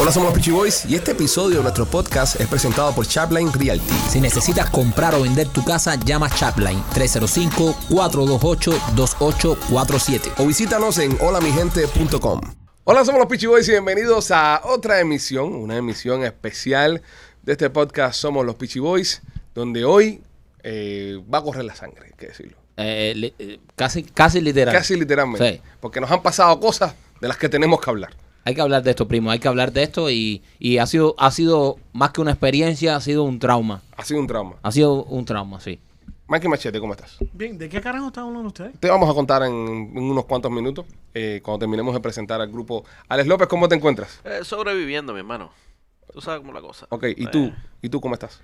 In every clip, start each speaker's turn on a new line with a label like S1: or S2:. S1: Hola, somos los Peachy Boys y este episodio de nuestro podcast es presentado por Chapline Realty.
S2: Si necesitas comprar o vender tu casa, llama Chapline 305-428-2847.
S1: O visítanos en holamigente.com. Hola, somos los Peachy Boys y bienvenidos a otra emisión, una emisión especial de este podcast Somos los Peachy Boys, donde hoy eh, va a correr la sangre, hay que decirlo.
S2: Eh, li- eh, casi, casi literal.
S1: Casi literalmente.
S2: Sí.
S1: Porque nos han pasado cosas de las que tenemos que hablar.
S2: Hay que hablar de esto, primo. Hay que hablar de esto y, y ha, sido, ha sido más que una experiencia, ha sido un trauma.
S1: Ha sido un trauma.
S2: Ha sido un trauma, sí.
S1: Mikey Machete, ¿cómo estás?
S3: Bien, ¿de qué carajo está hablando ustedes?
S1: Te vamos a contar en, en unos cuantos minutos, eh, cuando terminemos de presentar al grupo. Alex López, ¿cómo te encuentras?
S4: Eh, sobreviviendo, mi hermano. Tú sabes cómo es la cosa.
S1: Ok, ¿y
S4: Eh,
S1: tú? ¿Y tú cómo estás?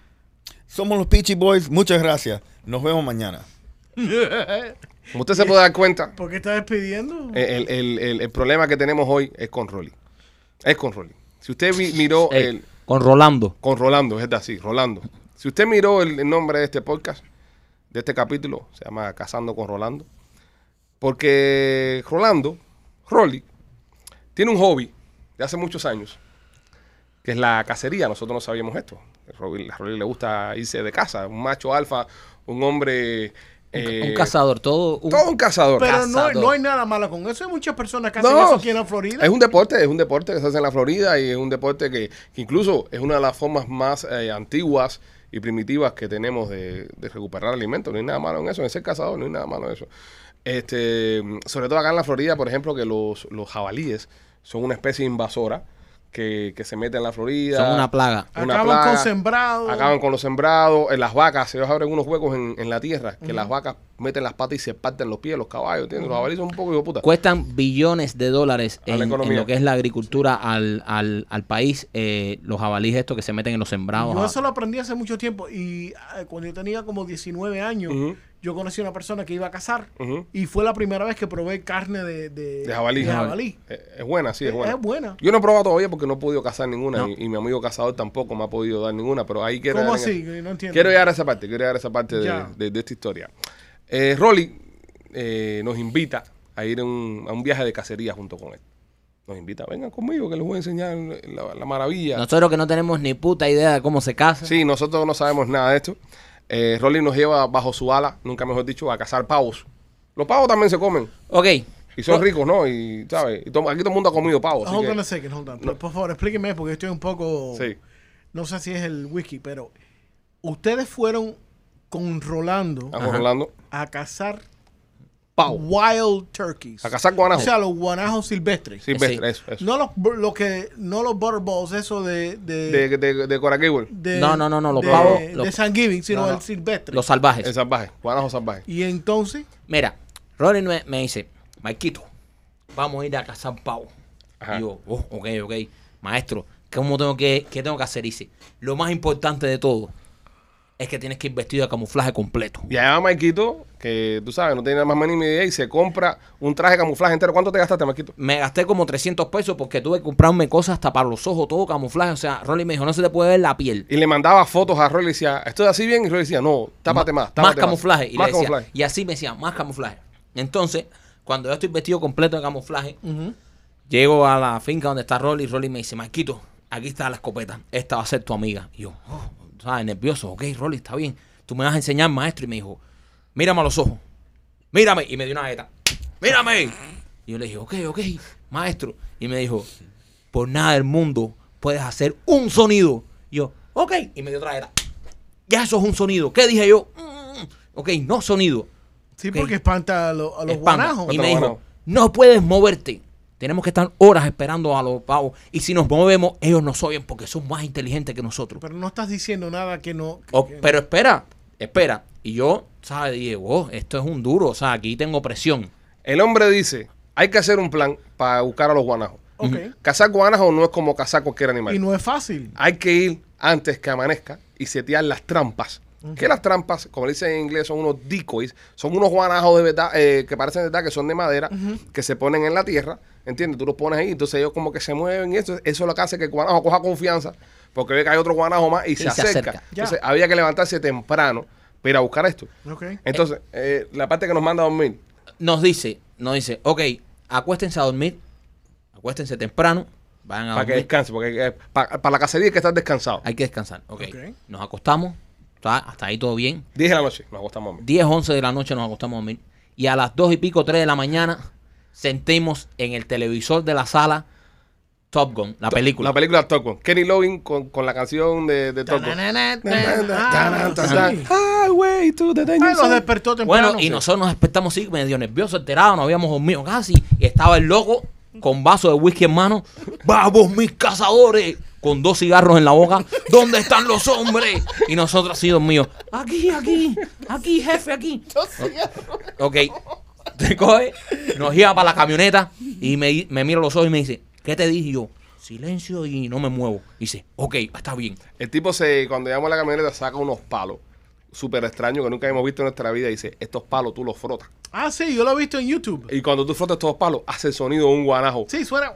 S5: Somos los Peachy Boys. Muchas gracias. Nos vemos mañana.
S1: Como usted se puede dar cuenta,
S3: ¿Por qué está despidiendo?
S1: el, el- el- el problema que tenemos hoy es con Rolly. Es con Rolly. Si usted mi- miró
S2: Eh,
S1: el...
S2: con Rolando.
S1: Con Rolando, es así, Rolando. Si usted miró el, el nombre de este podcast, de este capítulo, se llama Cazando con Rolando. Porque Rolando, Rolly, tiene un hobby de hace muchos años, que es la cacería. Nosotros no sabíamos esto. Rolly- a Rolly le gusta irse de caza, un macho alfa, un hombre.
S2: Un,
S1: eh,
S2: un cazador. Todo un,
S1: Todo un cazador.
S3: Pero no,
S2: cazador.
S3: no hay nada malo con eso. Hay muchas personas que hacen
S1: No,
S3: eso aquí en la Florida.
S1: Es un deporte, es un deporte que se hace en la Florida y es un deporte que, que incluso es una de las formas más eh, antiguas y primitivas que tenemos de, de recuperar alimentos. No hay nada malo en eso, en ser cazador no hay nada malo en eso. Este, sobre todo acá en la Florida, por ejemplo, que los, los jabalíes son una especie invasora que, que se mete en la Florida.
S2: Son una plaga.
S1: una
S3: Acaban
S1: plaga.
S3: con sembrado.
S1: Acaban con los sembrados, en las vacas, ellos abren unos huecos en, en la tierra, que las vacas meten las patas y se parten los pies, los caballos, ¿entiendes? Los jabalíes son un poco hijo de puta.
S2: Cuestan billones de dólares
S1: A la
S2: en, en
S1: economía.
S2: lo que es la agricultura al, al, al país. eh, los jabalíes estos que se meten en los sembrados.
S3: Yo
S2: a-
S3: eso lo aprendí hace mucho tiempo. Y eh, cuando yo tenía como 19 años,
S1: Ujú.
S3: yo conocí a una persona que iba a cazar.
S1: Ujú.
S3: Y fue la primera vez que probé carne de, de,
S1: De jabalí.
S3: de jabalí.
S1: Eh, Es buena, sí, es
S3: Es-
S1: buena.
S3: es buena.
S1: Yo no he probado todavía porque no he podido cazar ninguna
S2: No.
S1: y, y mi amigo cazador tampoco me ha podido dar ninguna, pero ahí quiero
S3: ¿Cómo
S1: llegar en
S3: así?
S1: esa-
S3: No entiendo.
S1: Quiero llegar a esa parte, quiero llegar a esa parte de,
S3: Ya.
S1: de- de esta historia. Eh, Rolly eh, nos invita a ir a un- a un viaje de cacería junto con él. Nos invita, vengan conmigo que les voy a enseñar la, la maravilla.
S2: Nosotros que no tenemos ni puta idea de cómo se casa.
S1: Sí, nosotros no sabemos nada de esto. Eh, Rolly nos lleva bajo su ala, nunca mejor dicho, a cazar pavos. Los pavos también se comen.
S2: Ok.
S1: Y son ricos, ¿no? Y, ¿sabes? Y to- aquí todo el mundo ha comido pavos. así
S3: Hold
S1: que-
S3: on a second, hold on. Por, por favor, explíqueme porque estoy un poco.
S1: Sí.
S3: No sé si es el whisky, pero ustedes fueron con Rolando
S1: Estamos Rolando.
S3: a cazar
S1: Pau.
S3: wild turkeys.
S1: A cazar
S3: O
S1: guanajos.
S3: sea, los guanajos silvestres.
S1: Silvestre,
S2: Eh, Sí.
S1: eso, eso.
S3: No los bu- lo que no los butterballs, eso de de,
S1: De, de, de Cora Gable.
S3: de-
S2: No, no, no, no, los
S3: de,
S2: pavos,
S3: de
S2: los-
S3: Thanksgiving, sino
S2: No, no.
S3: el silvestre.
S2: Los salvajes.
S1: El salvaje. Guanajo salvaje.
S3: y entonces,
S2: Mira, Rory me, me dice, Marquito, vamos a ir a cazar pavo.
S1: Ajá.
S2: Y yo, oh, ok, ok. Maestro, ¿cómo tengo que, ¿qué tengo que hacer? Y Dice, lo más importante de todo es que tienes que ir vestido de camuflaje completo.
S1: Y allá va Maikito, que tú sabes, no tiene nada más mínima idea, y se compra un traje de camuflaje entero. ¿Cuánto te gastaste, Maikito?
S2: Me gasté como 300 pesos porque tuve que comprarme cosas hasta para los ojos, todo camuflaje. O sea, Rolly me dijo, no se te puede ver la piel.
S1: Y le mandaba fotos a Rolly y decía, estoy así bien. Y Rolly decía, no, tápate más.
S2: más
S1: tápate
S2: camuflaje. Y,
S1: Más
S2: le decía-
S1: camuflaje.
S2: y así me decía, más camuflaje. Entonces, cuando yo estoy vestido completo de camuflaje, llego a la finca donde está Rolly. Rolly me dice, Marquito, aquí está la escopeta. Esta va a ser tu amiga. Y yo, oh, ¿sabes? Nervioso. Ok, Rolly, está bien. Tú me vas a enseñar, maestro. Y me dijo, mírame a los ojos. Mírame. Y me dio una galleta. Mírame. Y yo le dije, ok, ok, maestro. Y me dijo, por nada del mundo puedes hacer un sonido. Y yo, ok. Y me dio otra galleta. Ya eso es un sonido. ¿Qué dije yo? Mm, ok, no sonido.
S3: sí,
S2: Ok.
S3: porque espanta a, lo- a los
S2: Spam.
S3: guanajos.
S2: Y
S1: Otro
S2: me dijo,
S1: guanajo.
S2: no puedes moverte. Tenemos que estar horas esperando a los pavos. Y si nos movemos, ellos nos oyen porque son más inteligentes que nosotros.
S3: Pero no estás diciendo nada que no. que-
S2: O-
S3: que-
S2: pero espera, espera. Y yo, ¿sabes? Dije, oh, esto es un duro. O sea, aquí tengo presión.
S1: El hombre dice, hay que hacer un plan para buscar a los guanajos.
S3: ok.
S1: Cazar guanajos no es como cazar cualquier animal.
S3: Y no es fácil.
S1: Hay que ir antes que amanezca y setear las trampas. Que las trampas, como le dicen en inglés, son unos decoys, son unos guanajos de verdad, eh, que parecen de verdad que son de madera, que se ponen en la tierra, ¿entiendes? Tú los pones ahí, entonces ellos como que se mueven y eso, eso es lo que hace que el guanajo coja confianza, porque ve que hay otro guanajo más y, se,
S2: se
S1: acerca.
S2: acerca.
S3: Ya.
S1: Entonces había que levantarse temprano para ir a buscar esto.
S3: Ok.
S1: Entonces, eh, la parte que nos manda a dormir,
S2: Nos dice, nos dice, ok, acuéstense a dormir. Acuéstense temprano. Vayan a
S1: Para que
S2: dormir.
S1: descanse, porque eh, pa- para la cacería hay que estar descansado.
S2: Hay que descansar. Ok.
S3: Ok.
S2: Nos acostamos. está- hasta ahí todo bien.
S1: 10 de la noche, nos acostamos a dormir.
S2: 10, 11 de la noche nos acostamos a dormir. Y a las 2 y pico, 3 de la mañana, sentimos en el televisor de la sala Top Gun, la película.
S1: La película Top Gun. Kenny Loggins con, con la canción de, de Top Gun.
S3: Ah, sí.
S1: Highway to the danger
S3: Ay, los
S1: zone.
S3: Ah, despertó temprano.
S2: Bueno, y nosotros nos despertamos así, medio nerviosos, alterados, no habíamos dormido casi. Y estaba el loco con vaso de whisky en mano. ¡Vamos, mis cazadores! Con dos cigarros en la boca. ¿Dónde están los hombres? Y nosotros así dormidos. Aquí, aquí, aquí, jefe, aquí. Ok. Te coge, nos lleva para la camioneta y me, me mira a los ojos y me dice, ¿qué te dije Y yo? Silencio y no me muevo. dice, ok, está bien.
S1: El tipo se, cuando llegamos a la camioneta, saca unos palos súper extraños que nunca hemos visto en nuestra vida. Y dice, estos palos tú los frotas.
S3: Ah, sí, yo lo he visto en YouTube.
S1: Y cuando tú frotas estos palos, hace el sonido de un guanajo.
S3: Sí, suena.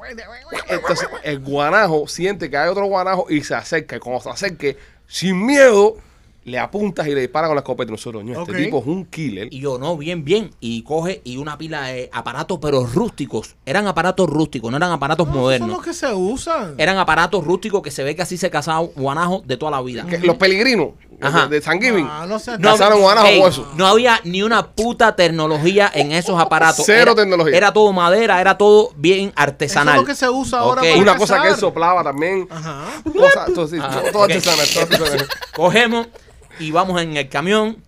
S1: Entonces, el guanajo siente que hay otro guanajo y se acerca. Y cuando se acerque, sin miedo, le apuntas y le disparas con la escopeta. Y Nosotros, "Ño, este
S3: Ok.
S1: tipo es un killer.
S2: Y yo, no, bien, bien. Y coge y una pila de aparatos, pero rústicos. Eran aparatos rústicos, no eran aparatos
S3: No, esos son
S2: modernos.
S3: los que se usan.
S2: Eran aparatos rústicos que se ve que así se cazaban guanajos de toda la vida.
S1: Que los peregrinos
S2: Ajá.
S1: de San Giving.
S3: Ah, no seas-
S1: Cazaron guanajo
S2: ey,
S1: con eso.
S2: no había ni una puta tecnología en esos aparatos.
S1: Cero
S2: Era-
S1: tecnología.
S2: Era todo madera, era todo bien
S3: Eso es
S2: artesanal.
S3: lo que se usa ahora.
S2: Ok.
S3: para
S1: Una cosa que
S3: cazar.
S1: él soplaba también.
S3: Ajá.
S1: Cosas, todo, sí,
S2: Ah,
S1: todo- todo
S2: ok.
S1: artesanal, todo artesanal.
S2: Cogemos y vamos en el camión.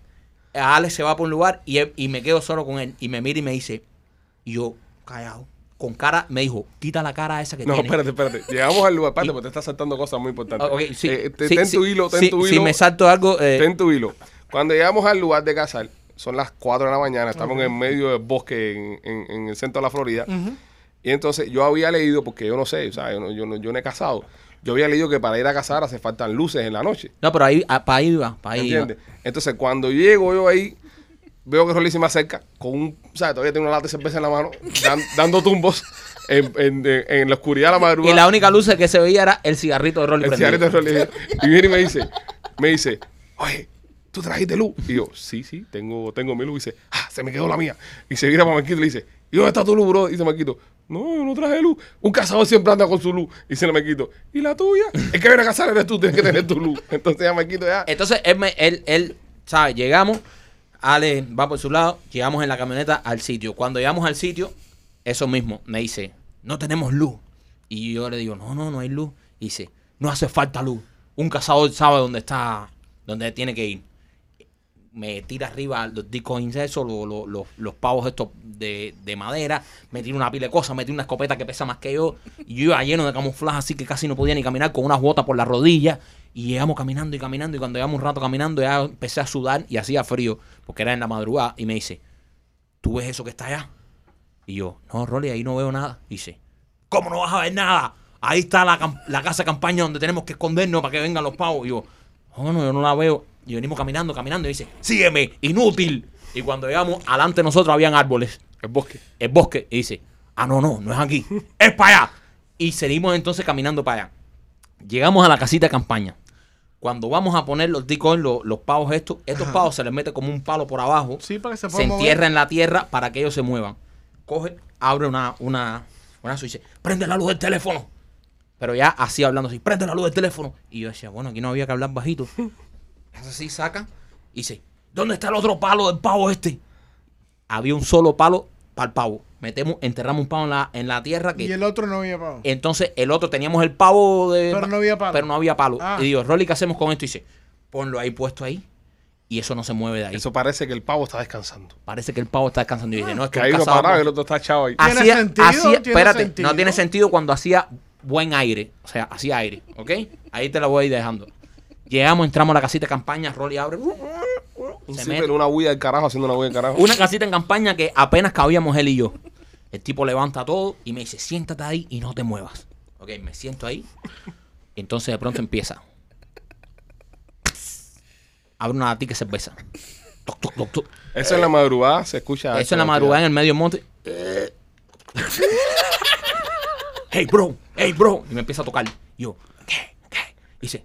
S2: Alex se va por un lugar y, él- y me quedo solo con él. Y me mira y me dice, y yo, callado, con cara, me dijo, quita la cara esa que
S1: No,
S2: tiene.
S1: espérate, espérate. Llegamos al lugar, espérate, porque te estás saltando cosas muy importantes.
S2: Ah, ok, sí,
S1: Eh, te-
S2: sí,
S1: ten
S2: sí,
S1: tu hilo, ten
S2: sí,
S1: tu hilo.
S2: Si me salto algo, eh,
S1: Ten tu hilo. Cuando llegamos al lugar de cazar, son las 4 de la mañana, estamos en el medio del bosque en, en- en el centro de la Florida. Y entonces yo había leído, porque yo no sé, o sea, yo no, yo no- yo no he cazado. Yo había leído que para ir a cazar hace faltan luces en la noche.
S2: no, pero ahí, para ahí va, para ahí iba.
S1: ¿Entiendes? Entonces, cuando llego yo ahí, veo que Rolly se me acerca con un. ¿Sabes? Todavía tengo una lata de cerveza en la mano, dan- dando tumbos en, en- en- en la oscuridad de la madrugada.
S2: Y la única luz que se veía era el cigarrito de Rolly
S1: El
S2: prendido.
S1: cigarrito de Rolly. Y viene y me dice, me dice, oye, ¿tú trajiste luz? Y yo, sí, sí, tengo, tengo mi luz. Y dice, ah, se me quedó la mía. Y se vira para Marquito y le dice, ¿y dónde está tu luz, bro? Y dice Marquito, no, yo no traje luz. Un cazador siempre anda con su luz. Y dice Marquito, ¿y la tuya? Es que viene a cazar eres tú, tienes que tener tu luz. Entonces ya Marquito ya...
S2: Entonces él, me- él, él, ¿sabes? Llegamos, Ale va por su lado, llegamos en la camioneta al sitio. Cuando llegamos al sitio, eso mismo, me dice, no tenemos luz. Y yo le digo, no, no, no hay luz. Y dice, no hace falta luz. Un cazador sabe dónde está, dónde tiene que ir. Me tira arriba los bitcoins esos, lo- lo- lo- los pavos estos de, de madera. Me tira una pila de cosas, me tira una escopeta que pesa más que yo. Y yo iba lleno de camuflaje, así que casi no podía ni caminar con unas botas por las rodillas. Y llegamos caminando y caminando. Y cuando llevamos un rato caminando, ya empecé a sudar y hacía frío, porque era en la madrugada. Y me dice, ¿tú ves eso que está allá? Y yo, no, Rolly, ahí no veo nada. Y dice, ¿cómo no vas a ver nada? Ahí está la, cam- la casa de campaña donde tenemos que escondernos para que vengan los pavos. Y yo, oh, no, yo no la veo. Y venimos caminando, caminando. Y dice, sígueme, inútil. Y cuando llegamos, adelante de nosotros habían árboles,
S1: El bosque.
S2: el bosque. Y dice, ah, no, no, no es aquí, es para allá. Y seguimos entonces caminando para allá. Llegamos a la casita de campaña. Cuando vamos a poner los decoys, los, los pavos estos, estos pavos se les mete como un palo por abajo
S3: Sí, para que se
S2: se
S3: pueda mover.
S2: entierra en la tierra para que ellos se muevan. Coge, abre una, una, una switch, dice, prende la luz del teléfono. Pero ya así hablando así, prende la luz del teléfono. Y yo decía, bueno, aquí no había que hablar bajito. Hace así, saca y dice, ¿dónde está el otro palo del pavo este? Había un solo palo para el pavo. Metemos, enterramos un pavo en la, en la Eh, tierra que
S3: Y el otro no había pagado.
S2: entonces el otro teníamos el pavo de.
S3: Pero no había palo.
S2: Pero no había palo.
S3: Ah.
S2: Y digo, Rolly, ¿qué hacemos con esto? Y dice, ponlo ahí puesto ahí. Y eso no se mueve de ahí.
S1: Eso parece que el pavo está descansando.
S2: Parece que el pavo está descansando. Y dice, no, es que
S1: Ah, Que
S2: un
S1: hay uno
S2: cazador-
S1: parado y el otro está echado ahí.
S3: Ah. ¿Tiene
S2: Hacía-
S3: sentido?
S2: hacía-
S3: ¿Tiene
S2: espérate,
S3: sentido?
S2: no tiene sentido cuando hacía buen aire. O sea, hacía aire, ¿ok? Ahí te la voy a ir dejando. Llegamos, entramos a la casita de campaña, Rolly abre. uh,
S1: Un
S2: se
S1: zipper,
S2: mete.
S1: una huida del carajo haciendo una huida del carajo.
S2: Una casita en campaña que apenas cabíamos él y yo. El tipo levanta todo y me dice, siéntate ahí y no te muevas. Ok, me siento ahí. Entonces de pronto empieza. Abre una latica de cerveza. Toc, toc, toc, toc.
S1: Eso en la madrugada se escucha.
S2: Eso en la madrugada en el medio del monte. Eh. hey, bro, hey, bro. Y me empieza a tocar. Y yo, ¿qué? ¿Qué? Y dice,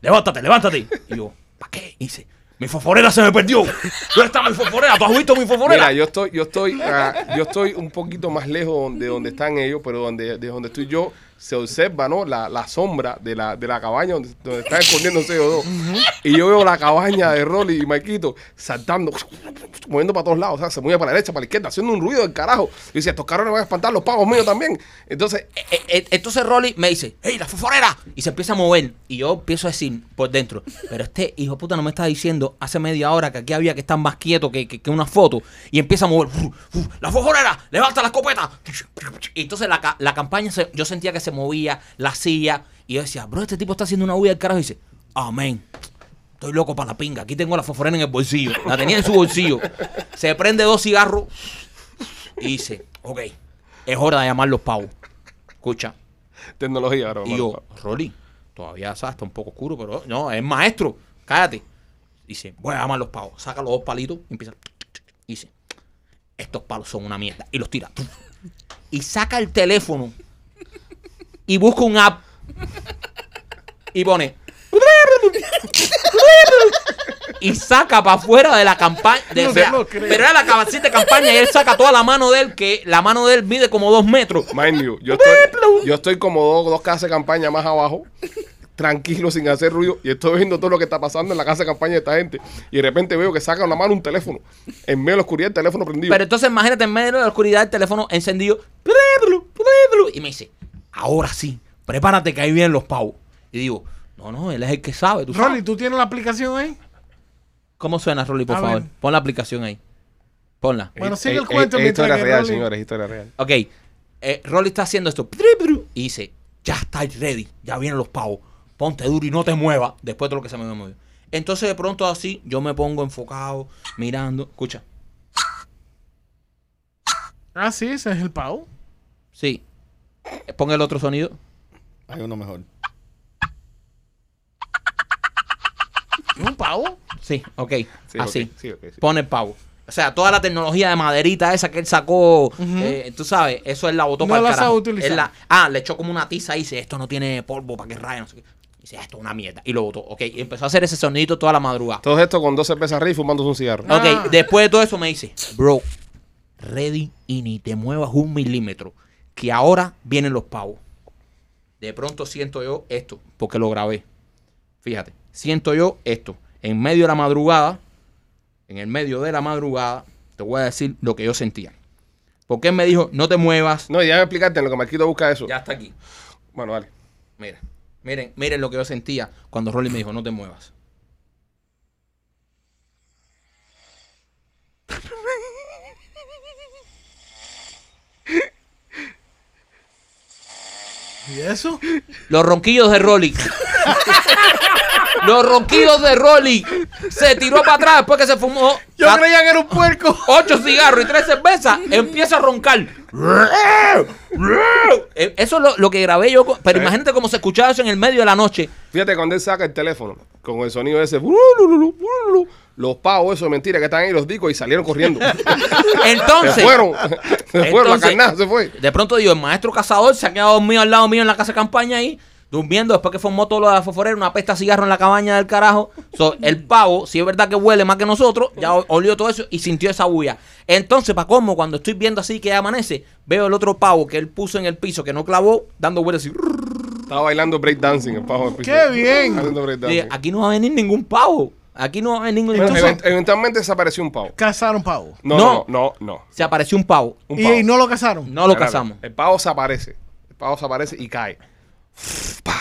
S2: levántate, levántate. Y yo, ¿para qué? Y dice, mi foforera se me perdió. ¿Dónde está mi foforera? ¿Tú has visto mi foforera?
S1: Mira, yo estoy, yo estoy, ah, yo estoy un poquito más lejos de donde están ellos, pero donde, de donde estoy yo se observa, ¿no? La, la sombra de la, de la cabaña donde, donde está escondiendo CO2. Y yo veo la cabaña de Rolly y Maikito saltando, moviendo para todos lados. O sea, se movía para la derecha, para la izquierda, haciendo un ruido del carajo. Yo decía, estos cabrones van a espantar los pavos míos también. Entonces,
S2: Eh, eh, eh, Entonces Rolly me dice, ¡Ey, la foforera! Y se empieza a mover. Y yo empiezo a decir por dentro, pero este hijo de puta no me está diciendo hace media hora que aquí había que estar más quieto que, que- que una foto. Y empieza a mover, "Uf, uf, ¡La foforera! ¡Levanta la escopeta! Y entonces la, ca- la campaña, se- yo sentía que se movía, la silla. Y yo decía, bro, este tipo está haciendo una huida del carajo. Y dice, amén. Estoy loco para la pinga. Aquí tengo la foforera en el bolsillo. La tenía en su bolsillo. Se prende dos cigarros y dice, ok, es hora de llamar los pavos. Escucha.
S1: tecnología, bro.
S2: Y yo, Rolly, todavía ¿sabes? está un poco oscuro, pero no, es maestro. Cállate. Dice, voy a llamar los pavos. Saca los dos palitos y empieza. y Dice, estos palos son una mierda. Y los tira. Y saca el teléfono y busca un app y pone. Y saca para afuera de la campaña. de-
S3: No
S2: o sea,
S3: te lo creo.
S2: pero era la cabecita de campaña y él saca toda la mano de él, que la mano de él mide como dos metros.
S1: Mind you, yo estoy, yo estoy como dos, dos casas de campaña más abajo, tranquilo, sin hacer ruido, y estoy viendo todo lo que está pasando en la casa de campaña de esta gente. Y de repente veo que sacan la mano un teléfono. En medio de la oscuridad, el teléfono prendido.
S2: Pero entonces imagínate en medio de la oscuridad el teléfono encendido. pleblu, pleblu, Y me dice, ahora sí, prepárate que ahí vienen los pavos. Y digo, no, no, él es el que sabe. ¿tú sabes".
S3: Rolly, ¿tú tienes la aplicación ahí?
S2: ¿Cómo suena, Rolly, por
S3: A
S2: favor?
S3: ver.
S2: Pon la aplicación ahí. Ponla.
S1: Es-
S3: bueno, sigue
S1: es-
S3: el cuento
S1: es- es
S3: mientras
S1: historia
S3: que
S1: eh, real,
S3: Rolly-
S1: señores, es historia real.
S2: Ok. eh, Rolly está haciendo esto. pleblu, Y dice, ya está ready, ya vienen los pavos. Ponte duro y no te muevas después de lo que se me movió. Entonces de pronto así yo me pongo enfocado, mirando. Escucha.
S3: Ah, sí, ese es el pavo.
S2: Sí. Eh, Pon el otro sonido.
S5: Hay uno mejor.
S3: ¿Es un pavo?
S2: Sí, ok.
S1: Sí,
S2: así.
S1: ok, sí, ok, sí.
S2: Pone el pavo. O sea, toda la tecnología de maderita esa que él sacó, eh, tú sabes, eso él la botó
S3: No
S2: para el
S3: la sabe
S2: carajo.
S3: utilizar.
S2: Él la- ah, le echó como una tiza y dice, esto no tiene polvo para que raye, no sé qué. Dice, "Ah, esto es una mierda. Y lo botó, ok. Y empezó a hacer ese sonidito toda la madrugada.
S1: Todo esto con dos cervezas arriba y fumándose un cigarro.
S3: Ah.
S2: Ok, después de todo eso me dice, bro, ready y ni te muevas un milímetro, que ahora vienen los pavos. De pronto siento yo esto, porque lo grabé. Fíjate, siento yo esto. En medio de la madrugada, en el medio de la madrugada, te voy a decir lo que yo sentía. Porque él me dijo, no te muevas,
S1: No, ya me explicaste en lo que Marquito busca eso.
S2: ya está aquí.
S1: Bueno, vale.
S2: Mira, miren, miren lo que yo sentía cuando Rolly me dijo, no te muevas.
S3: ¿Y eso?
S2: Los ronquidos de Rolly. Los ronquidos de Rolly. Se tiró para atrás después que se fumó
S3: Yo
S2: ca-
S3: creía que era un puerco.
S2: ocho cigarros y tres cervezas. Empieza a roncar. Eh, Eso es lo, lo que grabé yo. con- Pero
S1: Sí.
S2: imagínate cómo se escuchaba eso en el medio de la noche.
S1: Fíjate cuando él saca el teléfono con el sonido ese. "bulululu, bulululu", Los pavos, eso mentira, que están ahí los dicos y salieron corriendo. se
S2: Entonces,
S1: fueron. Se fueron, la
S2: Entonces-
S1: carnada se fue.
S2: de pronto digo, el maestro cazador se ha quedado dormido al lado mío en la casa de campaña ahí. Durmiendo después que formó todo lo de la foforera, una pesta de cigarro en la cabaña del carajo. So, el pavo, si es verdad que huele más que nosotros, ya o- olió todo eso y sintió esa bulla. Entonces, para cómo, cuando estoy viendo así que ya amanece, veo el otro pavo que él puso en el piso que no clavó, dando vueltas así.
S1: Estaba bailando breakdancing el pavo. del piso.
S3: ¡Qué bien!
S1: Bailando breakdancing.
S2: Dije, aquí no va a venir ningún pavo. Aquí no va a venir ningún
S1: Bueno,
S2: Entonces,
S1: event- eventualmente desapareció un pavo.
S3: Cazaron pavo.
S1: No, no,
S2: No.
S1: no, no.
S2: Se apareció un pavo.
S1: Un
S3: Y,
S1: pavo.
S3: y no lo cazaron.
S2: No lo
S1: Espérate,
S2: cazamos.
S1: El pavo se aparece. El pavo se aparece y cae. Pa.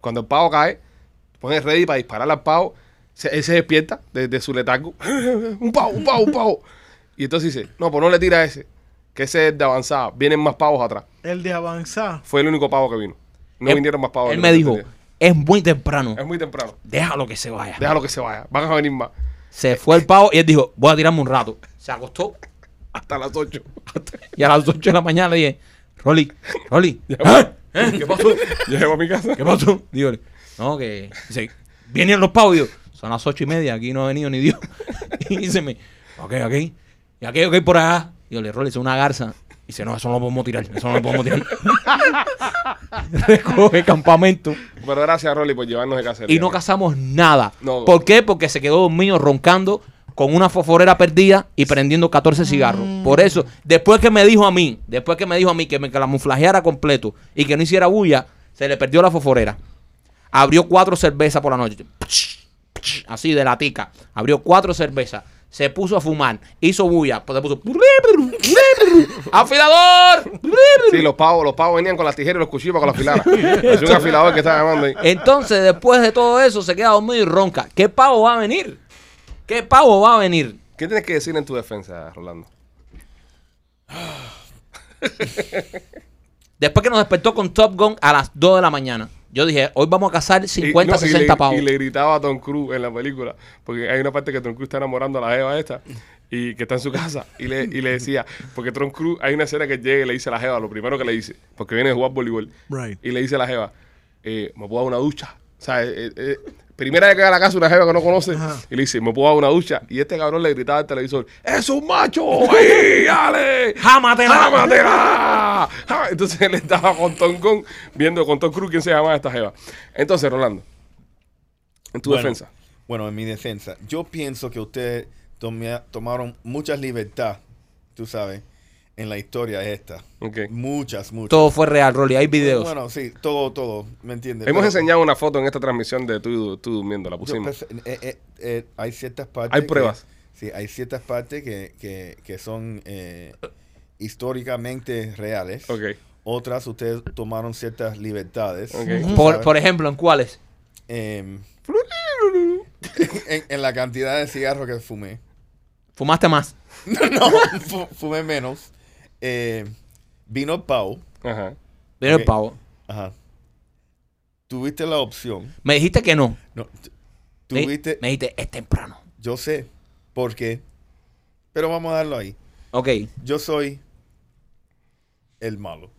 S1: Cuando el pavo cae, pone ready para disparar al pavo. Se- él se despierta de, de su letargo. un pavo, un pavo, un pavo. Y entonces dice, no, pues no le tira a ese. Que ese es de avanzada. Vienen más pavos atrás.
S3: El de avanzar.
S1: Fue el único pavo que vino. No
S2: Él-
S1: vinieron más pavos.
S2: Él
S1: de
S2: me
S1: lo que
S2: dijo,
S1: tenía.
S2: es muy temprano.
S1: Es muy temprano.
S2: Déjalo que se vaya.
S1: Déjalo que se vaya. Van a venir más.
S2: Se fue el pavo y él dijo, voy a tirarme un rato. Se acostó
S1: Hasta las 8.
S2: y a las 8 de la mañana le dije, Rolly, Rolly, ¿eh? ¿Eh? ¿qué pasó?
S1: Llego a mi casa.
S2: ¿Qué pasó? Dígale, no, que dice, vienen los pavos. Y yo, son las 8 y media, aquí no ha venido ni Dios. Y dice, ok, ok, y aquello que hay por allá. Y yo le Rolly, es una garza. Y dice, no, eso no lo podemos tirar, eso no lo podemos tirar. Recoge campamento.
S1: Pero gracias, Rolly, por llevarnos de casa.
S2: y no cazamos nada.
S1: No.
S2: ¿Por qué? Porque se quedó dormido roncando con una foforera perdida y prendiendo 14 cigarros. Por eso, después que me dijo a mí, después que me dijo a mí que me camuflajeara completo y que no hiciera bulla, se le perdió la foforera. Abrió cuatro cervezas por la noche. Así de latica. Abrió cuatro cervezas. Se puso a fumar. Hizo bulla. Pues se puso. ¡Afilador!
S1: Sí, los pavos, los pavos venían con las tijeras y los cuchillos para que lo afilaran. es un afilador que estaba llamando ahí.
S2: Entonces, después de todo eso, se queda dormido y ronca. ¿Qué pavo va a venir? ¿Qué pavo va a venir?
S1: ¿Qué tienes que decir en tu defensa, Rolando?
S2: Después que nos despertó con Top Gun a las 2 de la mañana. Yo dije, hoy vamos a cazar
S1: Y-
S2: 50,
S1: no, y le-
S2: 60 pavos.
S1: Y le gritaba a Tom Cruise en la película, porque hay una parte que Tom Cruise está enamorando a la Jeva esta, y que está en su casa, y le, y le decía, porque Tom Cruise, hay una escena que llega y le dice a la Jeva, lo primero que le dice, porque viene de jugar voleibol,
S3: Right.
S1: y le dice a la Jeva, eh, me puedo dar una ducha. O sea, eh, eh, primera vez que va a la casa una Jeva que no conoce, y le dice, me puedo dar una ducha, y este cabrón le gritaba al televisor, ¡es un macho! ¡Ahí, dale!
S2: ¡Jámatela!
S1: ¡Jámatela! Ja- ¡Ah, Entonces él estaba con Tom Kong viendo con Tom Cruise quién se llama esta jeva. Entonces, Rolando, en tu
S5: Bueno, eh,
S1: defensa.
S5: Bueno, en mi defensa, yo pienso que ustedes tomea- tomaron muchas libertades, tú sabes, en la historia esta.
S1: Ok.
S5: Muchas, muchas.
S2: Todo fue real, Rolly. Hay videos.
S5: Bueno, sí, todo, todo, ¿me entiendes?
S1: Hemos
S5: Pero
S1: enseñado una foto en esta transmisión de tú, tú durmiendo, la
S5: yo
S1: pusimos.
S5: pensé- eh, eh, eh, hay ciertas partes.
S1: Hay
S5: que-
S1: pruebas.
S5: sí, hay ciertas partes que, que, que son eh, históricamente reales.
S1: Ok.
S5: Otras ustedes tomaron ciertas libertades.
S1: Ok.
S5: tú
S2: por,
S5: sabes.
S2: por ejemplo, ¿en cuáles?
S5: Em, en, en la cantidad de cigarros que fumé.
S2: ¿Fumaste más?
S5: No, no, fu- fumé menos. Eh, vino Pau.
S1: Ajá.
S2: Vino
S1: Eh.
S2: el
S5: Ok.
S2: pavo.
S5: Ajá. Tuviste la opción.
S2: Me dijiste que no.
S5: No, t-
S2: Me-
S5: tuviste,
S2: Me dijiste, es temprano.
S5: yo sé por qué, pero vamos a darlo ahí.
S2: Ok.
S5: Yo soy el malo.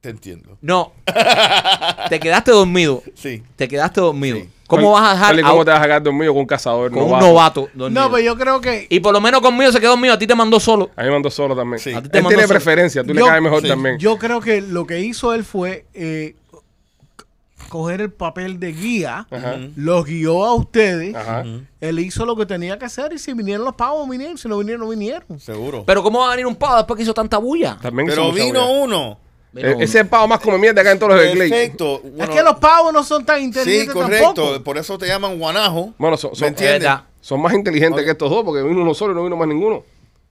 S5: Te entiendo.
S2: No. te quedaste dormido.
S5: Sí.
S2: Te quedaste dormido.
S5: Sí.
S2: ¿Cómo vas a dejar
S1: Rolly,
S2: a
S1: ¿Cómo
S2: un-
S1: te vas a dejar dormido con un cazador
S2: con un
S1: novato?
S2: novato dormido?
S3: No, pero yo creo que
S2: Y por lo menos conmigo se quedó dormido. A ti te mandó solo.
S1: A mí me mandó solo también.
S5: Sí.
S1: Él
S5: A
S2: ti te mandó
S1: tiene
S2: solo.
S1: preferencia, tú le
S3: Yo-
S1: caes mejor
S5: sí.
S1: también.
S3: yo creo que lo que hizo él fue eh, c- coger el papel de guía,
S1: Ajá.
S3: los guió a ustedes,
S1: Ajá.
S3: él hizo lo que tenía que hacer y si vinieron los pavos vinieron, si no vinieron no vinieron.
S5: Seguro.
S2: Pero ¿cómo va a venir un pavo después que hizo tanta bulla?
S1: También hizo
S5: Pero
S1: mucha
S5: vino
S1: bulla.
S5: uno.
S1: E-
S2: Vino-
S1: Eh, Ese es el pavo más come mierda acá en todos los Everglades.
S5: Perfecto. Bueno,
S3: es que los pavos no son tan
S5: sí,
S3: inteligentes
S5: correcto.
S3: tampoco.
S5: Por eso te llaman guanajo.
S1: Bueno, son,
S5: ¿Me
S1: son,
S2: Es
S5: entiendes?
S2: verdad.
S1: son más inteligentes que estos dos, porque vino uno solo y no vino más ninguno.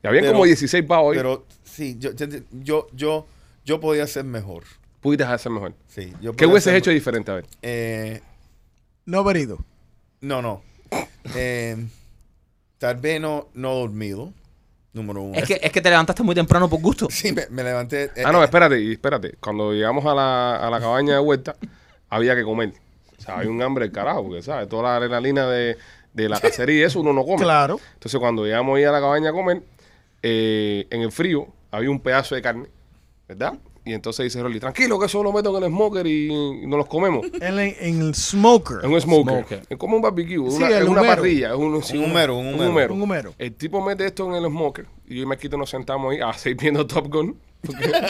S1: Y habían
S5: Pero-
S1: como 16 pavos ahí.
S5: Pero sí, yo, yo- yo, yo, yo podía ser mejor.
S1: Pudiste hacer mejor.
S5: Sí, yo
S1: ¿Qué
S5: podía
S1: hubieses
S5: ser-
S1: hecho diferente? A ver.
S5: Eh,
S3: No, Berido.
S5: no, no. Eh, tal vez no, no dormido. Número uno.
S2: Es que, es que te levantaste muy temprano por gusto.
S5: Sí, me, me levanté. eh,
S1: Ah, no, espérate, y espérate. Cuando llegamos a la, a la cabaña de vuelta, había que comer. O sea, hay un hambre del carajo, porque, ¿sabes? Toda la adrenalina de, de la cacería y eso, uno no come.
S3: Claro.
S1: Entonces, cuando llegamos ahí a la cabaña a comer, eh, en el frío había un pedazo de carne, ¿verdad? Y entonces dice Rolly, tranquilo, que eso lo meto en el smoker y, y nos los comemos.
S3: En, el- en el smoker.
S1: Es un smoker.
S2: Smoker.
S1: Es como un barbecue, es
S3: Sí,
S1: una,
S3: el
S1: es una
S3: humero.
S1: parrilla. Es un, sí,
S5: Un
S1: una-
S5: humero, un humero.
S3: Un humero.
S1: El tipo mete esto en el smoker y yo y Marquito nos sentamos ahí a seguir viendo Top Gun. porque el
S3: Eso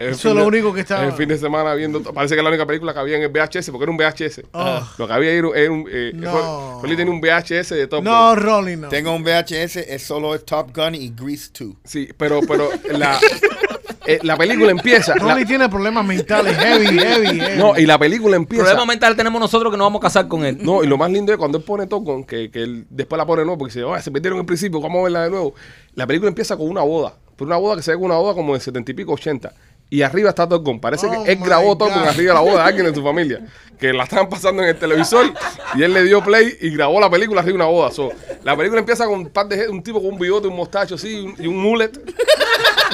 S1: fin
S3: es lo
S1: de-
S3: único que estaba-
S1: El fin de semana viendo. to- Parece que es la única película que había en el VHS, porque era un VHS.
S3: Ah.
S1: Lo que había era un- era un. Eh,
S3: No.
S1: Rolly tenía un VHS de Top Gun.
S3: No, Rolly, no.
S5: eh, Tengo un VHS, es solo Top Gun y Grease 2.
S1: Sí, pero, pero la, eh, la película empieza. la-
S3: Rolly tiene problemas mentales heavy, heavy, heavy.
S1: no, y la película empieza.
S2: Problema mental tenemos nosotros que nos vamos a casar con él.
S1: No, y lo más lindo es cuando él pone Top Gun, que, que él después la pone de nuevo, porque dice, "Ah, se perdieron en principio, vamos a verla de nuevo. La película empieza con una boda, pero una boda que se ve como una boda como de 70 y pico, 80. Y arriba está Top Gun. Parece
S3: Oh
S1: que él
S3: my
S1: grabó Top
S3: God.
S1: Gun arriba de la boda de alguien de su familia, que la estaban pasando en el televisor y él le dio play y grabó la película arriba de una boda. So, la película empieza con un, par de, gente, un tipo con un bigote, un mostacho así, y un- y un mullet.